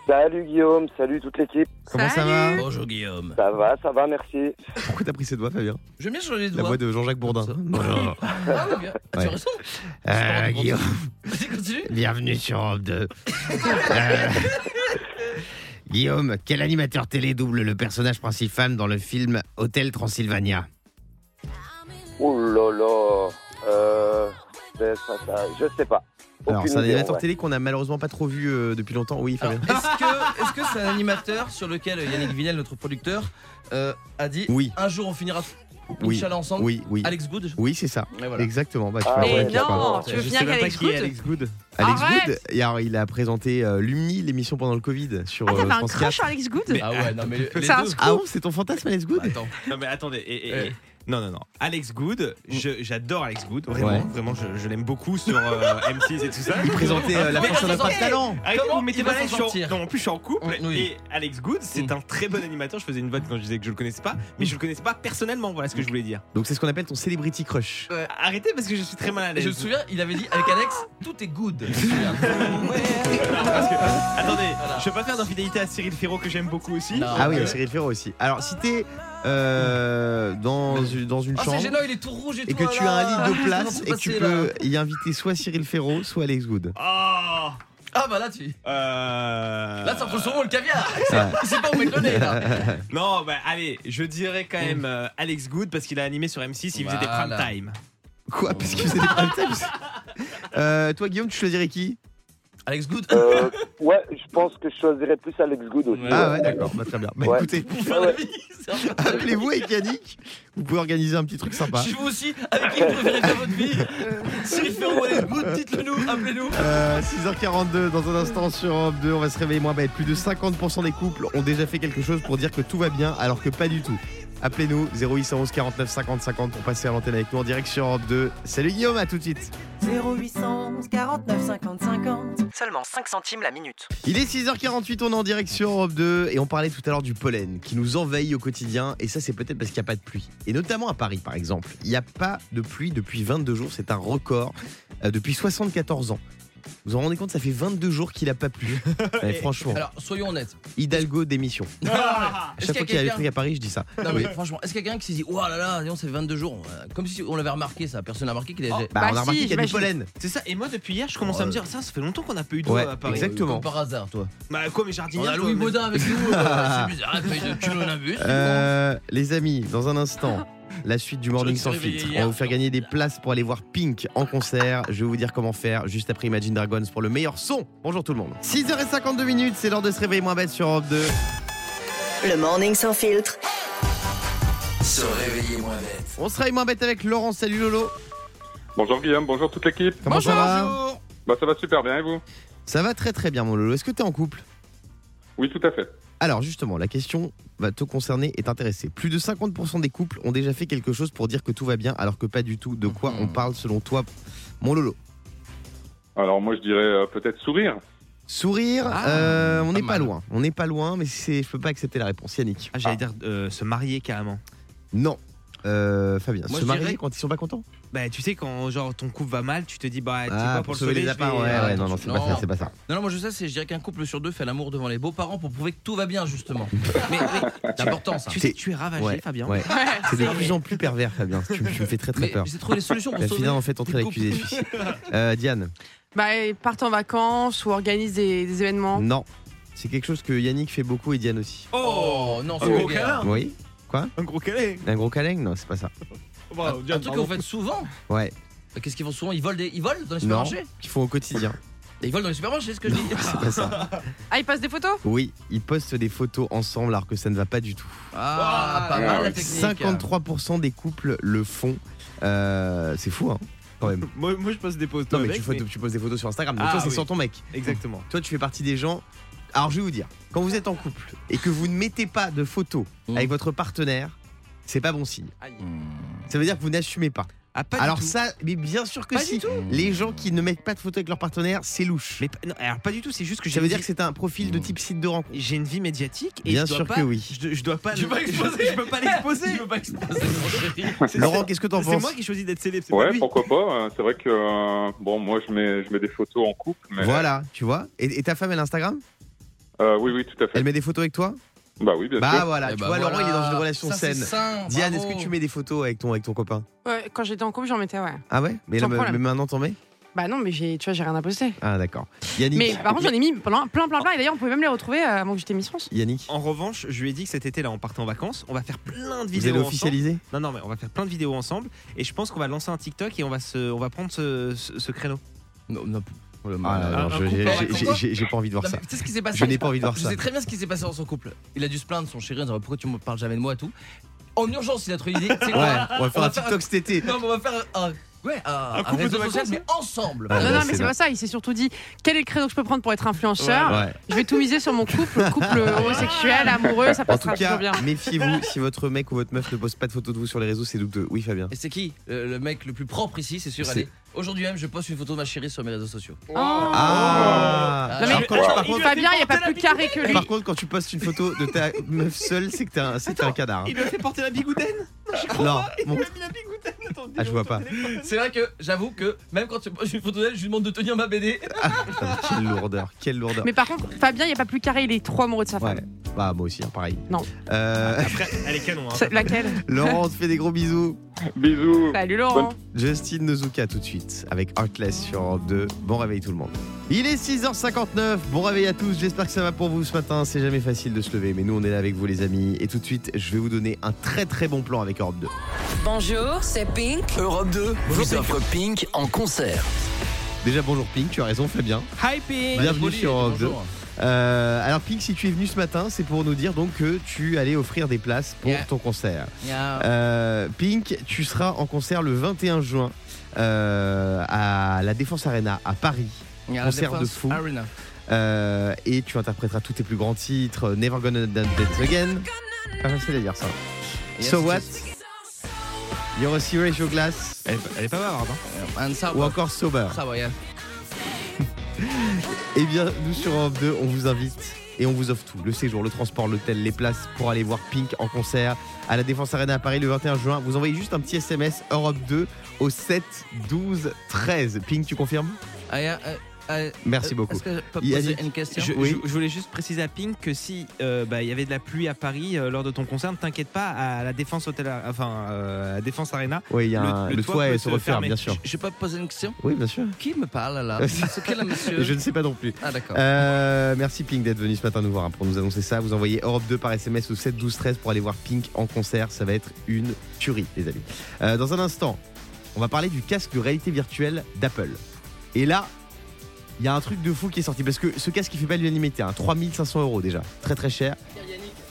[SPEAKER 9] Salut Guillaume, salut toute l'équipe.
[SPEAKER 3] Comment ça va
[SPEAKER 7] Salut
[SPEAKER 1] Bonjour Oh, Guillaume.
[SPEAKER 9] Ça va, ça va, merci.
[SPEAKER 3] Pourquoi t'as pris cette voix, Fabien
[SPEAKER 1] J'aime bien changer de
[SPEAKER 3] La voix
[SPEAKER 1] voix.
[SPEAKER 3] de Jean-Jacques Bourdin.
[SPEAKER 1] Comme Ah, oui, bien. Ah,
[SPEAKER 3] Ouais.
[SPEAKER 1] Tu as raison.
[SPEAKER 3] Euh, Guillaume,
[SPEAKER 1] Vas-y, continue.
[SPEAKER 3] bienvenue sur Europe 2. Euh, Guillaume, quel animateur télé double le personnage principal dans le film Hôtel Transylvania
[SPEAKER 9] Oh là là. Euh, ben, ça, ça, je sais pas.
[SPEAKER 3] Alors,
[SPEAKER 9] Aucune
[SPEAKER 3] c'est un
[SPEAKER 9] idée,
[SPEAKER 3] animateur
[SPEAKER 9] ouais.
[SPEAKER 3] télé qu'on a malheureusement pas trop vu euh, depuis longtemps. Oui,
[SPEAKER 1] Alors,
[SPEAKER 3] Fabien.
[SPEAKER 1] Est-ce que est-ce que c'est un animateur sur lequel Yannick Vinel, notre producteur, euh, a dit
[SPEAKER 3] Oui.
[SPEAKER 1] un jour on finira
[SPEAKER 3] Oui.
[SPEAKER 1] Inch'Allah ensemble
[SPEAKER 3] Oui, oui.
[SPEAKER 1] Alex Good
[SPEAKER 3] Oui, c'est ça.
[SPEAKER 1] Et voilà.
[SPEAKER 3] Exactement. Bah, tu
[SPEAKER 9] Ah
[SPEAKER 3] vas
[SPEAKER 9] ouais,
[SPEAKER 3] voir,
[SPEAKER 7] Mais
[SPEAKER 3] tu vas voir.
[SPEAKER 7] non, tu veux
[SPEAKER 1] Je
[SPEAKER 7] finir
[SPEAKER 6] sais même pas
[SPEAKER 7] qu'Alex
[SPEAKER 6] qui est
[SPEAKER 7] Good Ah,
[SPEAKER 3] Alex
[SPEAKER 6] Alex Good.
[SPEAKER 7] Arrête
[SPEAKER 3] Good, et alors, il a présenté euh, Lumni, l'émission pendant le Covid sur
[SPEAKER 7] Ah,
[SPEAKER 3] euh,
[SPEAKER 7] t'avais un
[SPEAKER 3] France 4.
[SPEAKER 7] crush sur Alex Good
[SPEAKER 1] Ah ouais, non mais le- les
[SPEAKER 7] C'est un
[SPEAKER 1] deux.
[SPEAKER 3] Ah
[SPEAKER 7] scoop
[SPEAKER 3] bon, c'est ton fantasme, Alex Good
[SPEAKER 1] Attends.
[SPEAKER 6] Non mais attendez, et- et-
[SPEAKER 1] Ouais.
[SPEAKER 6] et- non non non, Alex Good, je- j'adore Alex Good, vraiment,
[SPEAKER 3] Ouais.
[SPEAKER 6] vraiment, je, je l'aime beaucoup sur euh, M6 et tout ça.
[SPEAKER 3] Il présentait euh, la
[SPEAKER 1] Mais
[SPEAKER 3] personne à
[SPEAKER 1] attends,
[SPEAKER 3] pas de talent.
[SPEAKER 6] Arrêtez,
[SPEAKER 1] Comment
[SPEAKER 6] vous mettez
[SPEAKER 1] il
[SPEAKER 6] mal
[SPEAKER 1] va
[SPEAKER 6] à l'aise,
[SPEAKER 1] s'en
[SPEAKER 6] je suis
[SPEAKER 1] sortir
[SPEAKER 6] en-
[SPEAKER 1] Mm,
[SPEAKER 6] non, en plus je suis en couple
[SPEAKER 1] Oui.
[SPEAKER 6] et Alex Good c'est
[SPEAKER 1] Mm.
[SPEAKER 6] un très bon animateur. Je faisais une vanne quand je disais que je le connaissais pas, mais je le connaissais pas personnellement. Voilà ce
[SPEAKER 1] Mm.
[SPEAKER 6] que je voulais dire.
[SPEAKER 3] Donc c'est ce qu'on appelle ton celebrity crush.
[SPEAKER 6] Arrêtez parce que je suis très mal à
[SPEAKER 1] Et
[SPEAKER 6] l'aise.
[SPEAKER 1] je me souviens, il avait dit avec Alex, tout est good. Ah,
[SPEAKER 6] Non, parce que- attendez, je vais pas faire d'infidélité à Cyril Ferraud que j'aime beaucoup aussi. Euh,
[SPEAKER 1] Non.
[SPEAKER 3] Ah oui, avec Cyril Ferro aussi. Alors si t'es euh, dans, une- dans une
[SPEAKER 1] Oh, c'est
[SPEAKER 3] chambre
[SPEAKER 1] gênant, il est tout rouge et,
[SPEAKER 3] et
[SPEAKER 1] tout.
[SPEAKER 3] que tu as
[SPEAKER 1] ah là
[SPEAKER 3] un
[SPEAKER 1] là.
[SPEAKER 3] lit de place
[SPEAKER 1] Qu'est-ce qui
[SPEAKER 3] et
[SPEAKER 1] s'est
[SPEAKER 3] que tu
[SPEAKER 1] passé,
[SPEAKER 3] peux
[SPEAKER 1] là
[SPEAKER 3] y inviter soit Cyril Ferro, soit Alex Good.
[SPEAKER 6] Ah.
[SPEAKER 1] Ah bah là, tu.
[SPEAKER 6] Euh...
[SPEAKER 1] Là, c'est entre le saumon et le caviar. C'est c'est pas où mettre le nez là.
[SPEAKER 6] Non, bah allez, je dirais quand même euh, Alex Good parce qu'il a animé sur M6, il faisait des prime
[SPEAKER 1] Voilà.
[SPEAKER 6] time.
[SPEAKER 3] Quoi Parce qu'il faisait des prime times Euh, Toi Guillaume, tu choisirais qui
[SPEAKER 1] Alex Good.
[SPEAKER 9] Euh, ouais, je pense que je choisirais plus Alex Good aussi.
[SPEAKER 3] Ah ouais, d'accord, bah, très bien. Bah
[SPEAKER 9] Ouais.
[SPEAKER 3] écoutez,
[SPEAKER 1] Pour faire la vie. c'est un peu-
[SPEAKER 3] appelez-vous avec Yannick, vous pouvez organiser un petit truc sympa.
[SPEAKER 1] Chez vous aussi, avec qui vous préférez faire votre vie Cyril Ferro, Alex Good, dites-le nous, appelez-nous.
[SPEAKER 3] Euh, 6h42 dans un instant sur Europe 2, on va se réveiller moins bête. Plus de 50% des couples ont déjà fait quelque chose pour dire que tout va bien alors que pas du tout. Appelez-nous 0811 49 50 50 pour passer à l'antenne avec nous en direct sur Europe 2. Salut Guillaume, à tout de suite.
[SPEAKER 2] 0800 49 50 50. Seulement 5 centimes la minute.
[SPEAKER 3] Il est 6h48, on est en direct sur Europe 2 et on parlait tout à l'heure du pollen qui nous envahit au quotidien et ça c'est peut-être parce qu'il n'y a pas de pluie. Et notamment à Paris par exemple, il n'y a pas de pluie depuis 22 jours, c'est un record euh, depuis 74 ans. Vous vous rendez compte, ça fait 22 jours qu'il n'a pas plu. Ouais, franchement,
[SPEAKER 1] Alors, soyons honnêtes.
[SPEAKER 3] Hidalgo démission. À
[SPEAKER 1] Ah, Est-ce
[SPEAKER 3] chaque fois
[SPEAKER 1] qu'il
[SPEAKER 3] qu'il
[SPEAKER 1] y a
[SPEAKER 3] y a des
[SPEAKER 1] quelqu'un-
[SPEAKER 3] trucs à Paris, je dis ça.
[SPEAKER 1] Non,
[SPEAKER 3] Oui.
[SPEAKER 1] mais franchement, est-ce qu'il y a quelqu'un qui s'est dit, oh là là, disons, c'est 22 jours euh, Comme si on l'avait remarqué, ça. Personne n'a remarqué qu'il avait.
[SPEAKER 3] Bah,
[SPEAKER 7] Bah
[SPEAKER 3] on a
[SPEAKER 7] si,
[SPEAKER 3] remarqué qu'il y a du
[SPEAKER 7] j'imagine.
[SPEAKER 3] pollen.
[SPEAKER 6] C'est ça, et moi depuis hier, je commence à me dire, ça, ça fait longtemps qu'on n'a pas eu d'eau
[SPEAKER 3] Ouais,
[SPEAKER 6] à Paris.
[SPEAKER 3] Oh, exactement.
[SPEAKER 1] Comme par hasard, toi.
[SPEAKER 6] Bah quoi, mes
[SPEAKER 1] On
[SPEAKER 6] jardiniers
[SPEAKER 1] a Louis Baudin avec nous. euh, c'est bizarre, paye de cumulonimbus.
[SPEAKER 3] Euh, les amis, dans un instant, la suite du Morning
[SPEAKER 1] Je me suis
[SPEAKER 3] Sans
[SPEAKER 1] réveillé
[SPEAKER 3] Filtre. On
[SPEAKER 1] hier.
[SPEAKER 3] va vous faire gagner des places pour aller voir Pink en concert. Je vais vous dire comment faire juste après Imagine Dragons pour le meilleur son. Bonjour tout le monde. 6h52 minutes, c'est l'heure de se réveiller moins bête sur Europe 2.
[SPEAKER 2] Le morning sans filtre.
[SPEAKER 10] Se réveiller moins bête.
[SPEAKER 3] On se réveille moins bête avec Laurent. Salut Lolo.
[SPEAKER 9] Bonjour Guillaume, bonjour toute l'équipe.
[SPEAKER 3] Comment ça va
[SPEAKER 7] Bonjour.
[SPEAKER 9] Bah ça va super bien et vous
[SPEAKER 3] Ça va très très bien mon Lolo. Est-ce que t'es en couple
[SPEAKER 9] Oui tout à fait.
[SPEAKER 3] Alors justement, la question va te concerner et t'intéresser. Plus de 50% des couples ont déjà fait quelque chose pour dire que tout va bien alors que pas du tout. De
[SPEAKER 1] Mhm.
[SPEAKER 3] quoi on parle selon toi, mon Lolo
[SPEAKER 9] Alors moi je dirais euh, peut-être sourire.
[SPEAKER 3] Sourire,
[SPEAKER 6] Ah,
[SPEAKER 3] euh, on
[SPEAKER 1] pas
[SPEAKER 3] n'est pas
[SPEAKER 1] mal.
[SPEAKER 3] loin. On n'est pas loin, mais c'est, je peux pas accepter la réponse. Yannick.
[SPEAKER 6] Ah, j'allais dire euh, se marier carrément.
[SPEAKER 3] Non. Euh, Fabien,
[SPEAKER 1] Moi,
[SPEAKER 3] se
[SPEAKER 1] je
[SPEAKER 3] marier
[SPEAKER 1] dirais-
[SPEAKER 3] quand ils sont pas contents
[SPEAKER 6] Bah tu sais, quand genre ton couple va mal, tu te dis, bah tu sais
[SPEAKER 3] Ah,
[SPEAKER 6] quoi, pour, le sauver, je vais- euh,
[SPEAKER 3] ouais, ouais,
[SPEAKER 1] Ah,
[SPEAKER 3] non, non, c'est pas
[SPEAKER 1] non.
[SPEAKER 3] ça, c'est pas ça.
[SPEAKER 1] Non, non, moi je sais, c'est je dirais qu'un couple sur deux fait l'amour devant les beaux-parents pour prouver que tout va bien, justement. mais, mais c'est important ça.
[SPEAKER 6] Tu sais,
[SPEAKER 3] C'est-
[SPEAKER 6] que tu es
[SPEAKER 1] Ah,
[SPEAKER 6] ravagé,
[SPEAKER 3] ouais,
[SPEAKER 6] Fabien.
[SPEAKER 3] ouais.
[SPEAKER 7] Ouais,
[SPEAKER 3] C'est de plus en plus pervers, Fabien. Tu, me- tu me fais très très
[SPEAKER 1] Mais
[SPEAKER 3] peur.
[SPEAKER 1] j'ai trouvé les solutions pour
[SPEAKER 3] La
[SPEAKER 1] sauver.
[SPEAKER 3] finale en fait entrer
[SPEAKER 1] des
[SPEAKER 3] l'accusé de suicide. Euh, Diane,
[SPEAKER 7] Bah, ils partent en vacances ou organisent des, des événements.
[SPEAKER 3] non. C'est quelque chose que Yannick fait beaucoup et Diane aussi.
[SPEAKER 1] Oh non, c'est
[SPEAKER 6] Un gros
[SPEAKER 1] vulgaire.
[SPEAKER 6] câlin
[SPEAKER 3] Oui
[SPEAKER 6] Un gros calé
[SPEAKER 3] Un gros câlin Non, c'est pas ça.
[SPEAKER 1] Un truc que vous faites souvent
[SPEAKER 3] Ouais.
[SPEAKER 1] Bah, Qu'est-ce qu'ils font souvent Ils volent, des... ils volent dans les
[SPEAKER 3] Non.
[SPEAKER 1] supermarchés
[SPEAKER 3] Qu'ils font au quotidien.
[SPEAKER 1] Ils volent dans les supermarchés, c'est ce que je
[SPEAKER 3] Non,
[SPEAKER 1] dis.
[SPEAKER 3] c'est pas ça.
[SPEAKER 7] Ah, ils passent des photos
[SPEAKER 3] Oui, ils postent des photos ensemble alors que ça ne va pas du tout.
[SPEAKER 1] Ah, pas
[SPEAKER 9] Ah,
[SPEAKER 1] mal la
[SPEAKER 9] ouais.
[SPEAKER 1] technique.
[SPEAKER 3] 53% des couples le font. Euh, c'est fou, hein, quand même.
[SPEAKER 6] moi, moi, je passe des pauses.
[SPEAKER 3] Non, mais tu, photos- tu poses des photos sur Instagram. Donc,
[SPEAKER 6] Ah,
[SPEAKER 3] toi, c'est
[SPEAKER 6] oui.
[SPEAKER 3] sans ton mec.
[SPEAKER 6] Exactement.
[SPEAKER 3] Toi, tu fais partie des gens. Alors, je vais vous dire, quand vous êtes en couple et que vous ne mettez pas de photos
[SPEAKER 1] Mm.
[SPEAKER 3] avec votre partenaire, c'est pas bon signe. Ça veut dire que vous n'assumez pas.
[SPEAKER 6] Ah, pas du
[SPEAKER 3] Mm. alors,
[SPEAKER 6] tout.
[SPEAKER 3] ça, mais bien sûr que
[SPEAKER 6] Pas
[SPEAKER 3] si.
[SPEAKER 6] du tout.
[SPEAKER 3] Les gens qui ne mettent pas de photos avec leur partenaire, c'est louche.
[SPEAKER 6] Mais pas- non, alors pas du tout, c'est juste que
[SPEAKER 3] ça
[SPEAKER 6] j'ai
[SPEAKER 3] veut
[SPEAKER 6] une
[SPEAKER 3] dire
[SPEAKER 6] vie-
[SPEAKER 3] que c'est un profil de type site de rencontre.
[SPEAKER 6] j'ai une vie médiatique et
[SPEAKER 3] Mm. Bien
[SPEAKER 6] je dois
[SPEAKER 3] sûr
[SPEAKER 6] pas,
[SPEAKER 3] que oui.
[SPEAKER 6] Je, je dois pas.
[SPEAKER 5] Tu peux pas exposer.
[SPEAKER 6] je, je peux pas l'exposer. je peux pas
[SPEAKER 1] Eh
[SPEAKER 6] exposer.
[SPEAKER 3] Laurent, qu'est-ce que t'en
[SPEAKER 6] C'est
[SPEAKER 3] penses
[SPEAKER 6] moi qui choisis d'être célèbre. c'est pas
[SPEAKER 9] Ouais
[SPEAKER 6] lui.
[SPEAKER 9] pourquoi pas. euh, C'est vrai que euh, bon moi je mets je mets des photos en couple. Mais,
[SPEAKER 3] Voilà, tu vois. Et, et ta femme, elle a Instagram
[SPEAKER 9] euh, oui oui tout à fait.
[SPEAKER 3] Elle met des photos avec toi
[SPEAKER 9] Bah oui bien
[SPEAKER 3] Bah
[SPEAKER 9] sûr.
[SPEAKER 3] voilà,
[SPEAKER 1] Eh
[SPEAKER 3] tu
[SPEAKER 1] bah
[SPEAKER 3] vois,
[SPEAKER 1] voilà.
[SPEAKER 3] Laurent, il est dans une relation
[SPEAKER 1] Ça, c'est
[SPEAKER 3] saine.
[SPEAKER 1] sain,
[SPEAKER 3] Diane, est-ce
[SPEAKER 1] bravo.
[SPEAKER 3] que tu mets des photos avec ton, avec ton copain
[SPEAKER 7] Ouais, Quand j'étais en couple, j'en mettais, ouais.
[SPEAKER 3] Ah ouais mais, là,
[SPEAKER 7] Sans
[SPEAKER 3] mais
[SPEAKER 7] problème.
[SPEAKER 3] maintenant, t'en mets
[SPEAKER 7] Bah non, mais j'ai, tu vois, j'ai rien à poster.
[SPEAKER 3] Ah d'accord. Yannick,
[SPEAKER 7] Mais par contre, j'en ai mis plein, plein, plein, plein. Et d'ailleurs, on pouvait même les retrouver euh, avant que j'étais Miss France.
[SPEAKER 3] Yannick,
[SPEAKER 6] En revanche, je lui ai dit que cet été là, on partait en vacances, on va faire plein de
[SPEAKER 3] vous allez
[SPEAKER 6] vidéos ensemble.
[SPEAKER 3] officialiser
[SPEAKER 6] Non, non, mais on va faire plein de vidéos ensemble et je pense qu'on va lancer un TikTok et on va se, on va prendre ce, ce- ce créneau.
[SPEAKER 1] Non, non, oh, le
[SPEAKER 3] Ah
[SPEAKER 1] mal.
[SPEAKER 3] là là,
[SPEAKER 1] Un
[SPEAKER 3] je-
[SPEAKER 1] couple
[SPEAKER 3] j'ai-
[SPEAKER 1] en vacances.
[SPEAKER 3] j'ai- j'ai- j'ai- j'ai pas envie de voir
[SPEAKER 1] Non,
[SPEAKER 3] ça.
[SPEAKER 1] mais Tu sais ce qui s'est passé
[SPEAKER 3] Je n'ai pas envie de voir
[SPEAKER 1] Je
[SPEAKER 3] ça.
[SPEAKER 1] sais très bien ce qui s'est passé dans son couple. Il a dû se plaindre son chéri en disant pourquoi tu me parles jamais de moi et tout. En urgence, il a trouvé l'idée. tu sais
[SPEAKER 3] Ouais,
[SPEAKER 1] quoi
[SPEAKER 3] on va faire un
[SPEAKER 1] faire
[SPEAKER 3] TikTok cet été.
[SPEAKER 1] Non, mais on va faire un. Ouais, un, un
[SPEAKER 6] couple
[SPEAKER 1] réseau
[SPEAKER 6] de
[SPEAKER 1] social,
[SPEAKER 6] vacances,
[SPEAKER 1] mais ensemble.
[SPEAKER 3] Ah,
[SPEAKER 7] non,
[SPEAKER 3] bah,
[SPEAKER 7] non, mais
[SPEAKER 3] c'est
[SPEAKER 7] c'est pas ça. Il s'est surtout dit quel est le créneau que je peux prendre pour être influenceur.
[SPEAKER 1] Ah,
[SPEAKER 3] Ouais.
[SPEAKER 7] Je vais tout miser sur mon couple, couple homosexuel, amoureux, ça
[SPEAKER 3] En
[SPEAKER 7] passera
[SPEAKER 3] tout
[SPEAKER 7] toujours bien.
[SPEAKER 3] cas, méfiez-vous si votre mec ou votre meuf ne poste pas de photos de vous sur les réseaux, c'est douteux. Oui, Fabien.
[SPEAKER 1] Et c'est qui euh, le mec le plus propre ici C'est sûr,
[SPEAKER 3] C'est-
[SPEAKER 1] allez. Aujourd'hui même, je poste une photo de ma chérie sur mes réseaux sociaux.
[SPEAKER 7] Oh.
[SPEAKER 3] Ah
[SPEAKER 1] Non, mais-
[SPEAKER 3] Alors, quand tu- par,
[SPEAKER 6] Il lui
[SPEAKER 3] contre,
[SPEAKER 6] a
[SPEAKER 7] Fabien,
[SPEAKER 6] fait
[SPEAKER 7] il n'y a pas
[SPEAKER 6] porter la
[SPEAKER 7] plus carré que lui.
[SPEAKER 3] par contre, quand tu postes une photo de ta meuf seule, c'est que t'es un, c'est que t'es un cadavre.
[SPEAKER 6] Il lui a fait porter la bigoudaine.
[SPEAKER 3] Non,
[SPEAKER 6] Il
[SPEAKER 3] mon-
[SPEAKER 6] lui a mis la bigoudaine. Attends,
[SPEAKER 3] Ah, je vois pas.
[SPEAKER 1] C'est vrai que j'avoue que même quand tu poses une photo d'elle, je lui demande de tenir ma BD.
[SPEAKER 3] quelle lourdeur, quelle lourdeur.
[SPEAKER 7] Mais par contre, Fabien, il n'y a pas plus carré, il est trop amoureux de sa
[SPEAKER 3] Ouais,
[SPEAKER 7] femme.
[SPEAKER 3] bah moi aussi, hein, pareil.
[SPEAKER 7] Non.
[SPEAKER 3] Euh,
[SPEAKER 6] Après, elle est canon. Hein.
[SPEAKER 7] C'est- Laquelle
[SPEAKER 3] Laurent, on te fait des gros bisous.
[SPEAKER 9] Bisous.
[SPEAKER 7] Salut Laurent.
[SPEAKER 3] Justin Nozuka tout de suite avec Heartless sur Europe 2. Bon réveil tout le monde. Il est 6h59. Bon réveil à tous. J'espère que ça va pour vous ce matin. C'est jamais facile de se lever, mais nous on est là avec vous les amis. Et tout de suite, je vais vous donner un très très bon plan avec Europe 2.
[SPEAKER 10] Bonjour, c'est Pink.
[SPEAKER 5] Europe 2
[SPEAKER 10] Vous offre Pink en concert.
[SPEAKER 3] Déjà bonjour Pink, tu as raison Fabien.
[SPEAKER 6] Hyping.
[SPEAKER 3] Bienvenue sur Europe 2. Euh, alors Pink, si tu es venu ce matin, c'est pour nous dire donc que tu allais offrir des places pour
[SPEAKER 1] Yeah.
[SPEAKER 3] ton concert.
[SPEAKER 1] Yeah.
[SPEAKER 3] Euh, Pink, tu seras en concert le 21 juin euh, à la Défense Arena à Paris.
[SPEAKER 1] Yeah,
[SPEAKER 3] concert de
[SPEAKER 1] Défense
[SPEAKER 3] fou.
[SPEAKER 1] Arena.
[SPEAKER 3] Euh, et tu interpréteras tous tes plus grands titres, Never Gonna Dance Again. Pas facile à dire ça. So what You're a serious glass
[SPEAKER 5] Elle, elle est pas bavarde. Hein.
[SPEAKER 1] And ça,
[SPEAKER 3] ou encore sober
[SPEAKER 1] ça va, yeah.
[SPEAKER 3] Eh bien, nous sur Europe 2, on vous invite et on vous offre tout. Le séjour, le transport, l'hôtel, les places pour aller voir Pink en concert à la Défense Arena à Paris le 21 juin. Vous envoyez juste un petit SMS Europe 2 au 7 12 13. Pink, tu confirmes
[SPEAKER 1] Ah, yeah, euh, euh,
[SPEAKER 3] Merci
[SPEAKER 1] euh,
[SPEAKER 3] beaucoup.
[SPEAKER 1] Est-ce que je peux
[SPEAKER 3] Il a
[SPEAKER 1] poser
[SPEAKER 3] dit-
[SPEAKER 1] une question
[SPEAKER 6] Je,
[SPEAKER 3] Oui.
[SPEAKER 6] je- je voulais juste préciser à Pink que si euh, bah, il y avait de la pluie à Paris euh, lors de ton concert, ne t'inquiète pas, à la Défense Hôtel, enfin euh, à la Défense Arena,
[SPEAKER 3] Oui, il y a un- le, toit
[SPEAKER 6] peut
[SPEAKER 3] est se referme,
[SPEAKER 6] fermer.
[SPEAKER 3] bien sûr.
[SPEAKER 1] Je peux poser une question
[SPEAKER 3] Oui, bien sûr.
[SPEAKER 1] Qui me parle là C'est quel monsieur
[SPEAKER 3] Je ne sais pas non plus.
[SPEAKER 1] Ah, d'accord.
[SPEAKER 3] Euh, merci Pink d'être venu ce matin nous voir hein, pour nous annoncer ça. Vous envoyez Europe 2 par SMS au 7 12 13 pour aller voir Pink en concert. Ça va être une tuerie, les amis. Euh, dans un instant, on va parler du casque de réalité virtuelle d'Apple. Et là, il y a un truc de fou qui est sorti parce que ce casque il fait pas l'unanimité. Hein, 3500 euros déjà, très très cher.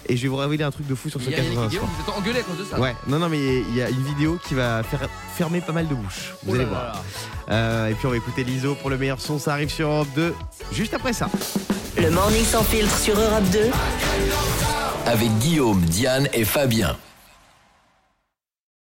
[SPEAKER 3] Et je vais vous révéler un truc de fou sur ce
[SPEAKER 1] Il y a Ah.
[SPEAKER 3] casque. dans un
[SPEAKER 1] Yannick Guillaume,
[SPEAKER 3] instant.
[SPEAKER 1] vous êtes engueulé à cause de ça.
[SPEAKER 3] Ouais, non, non, mais il y a une vidéo qui va faire fermer pas mal de bouches. Vous
[SPEAKER 1] Oh là
[SPEAKER 3] allez voir.
[SPEAKER 1] là là.
[SPEAKER 3] Euh, et puis on va écouter l'ISO pour le meilleur son. Ça arrive sur Europe 2 juste après ça.
[SPEAKER 2] Le morning sans filtre sur Europe 2.
[SPEAKER 10] Avec Guillaume, Diane et Fabien.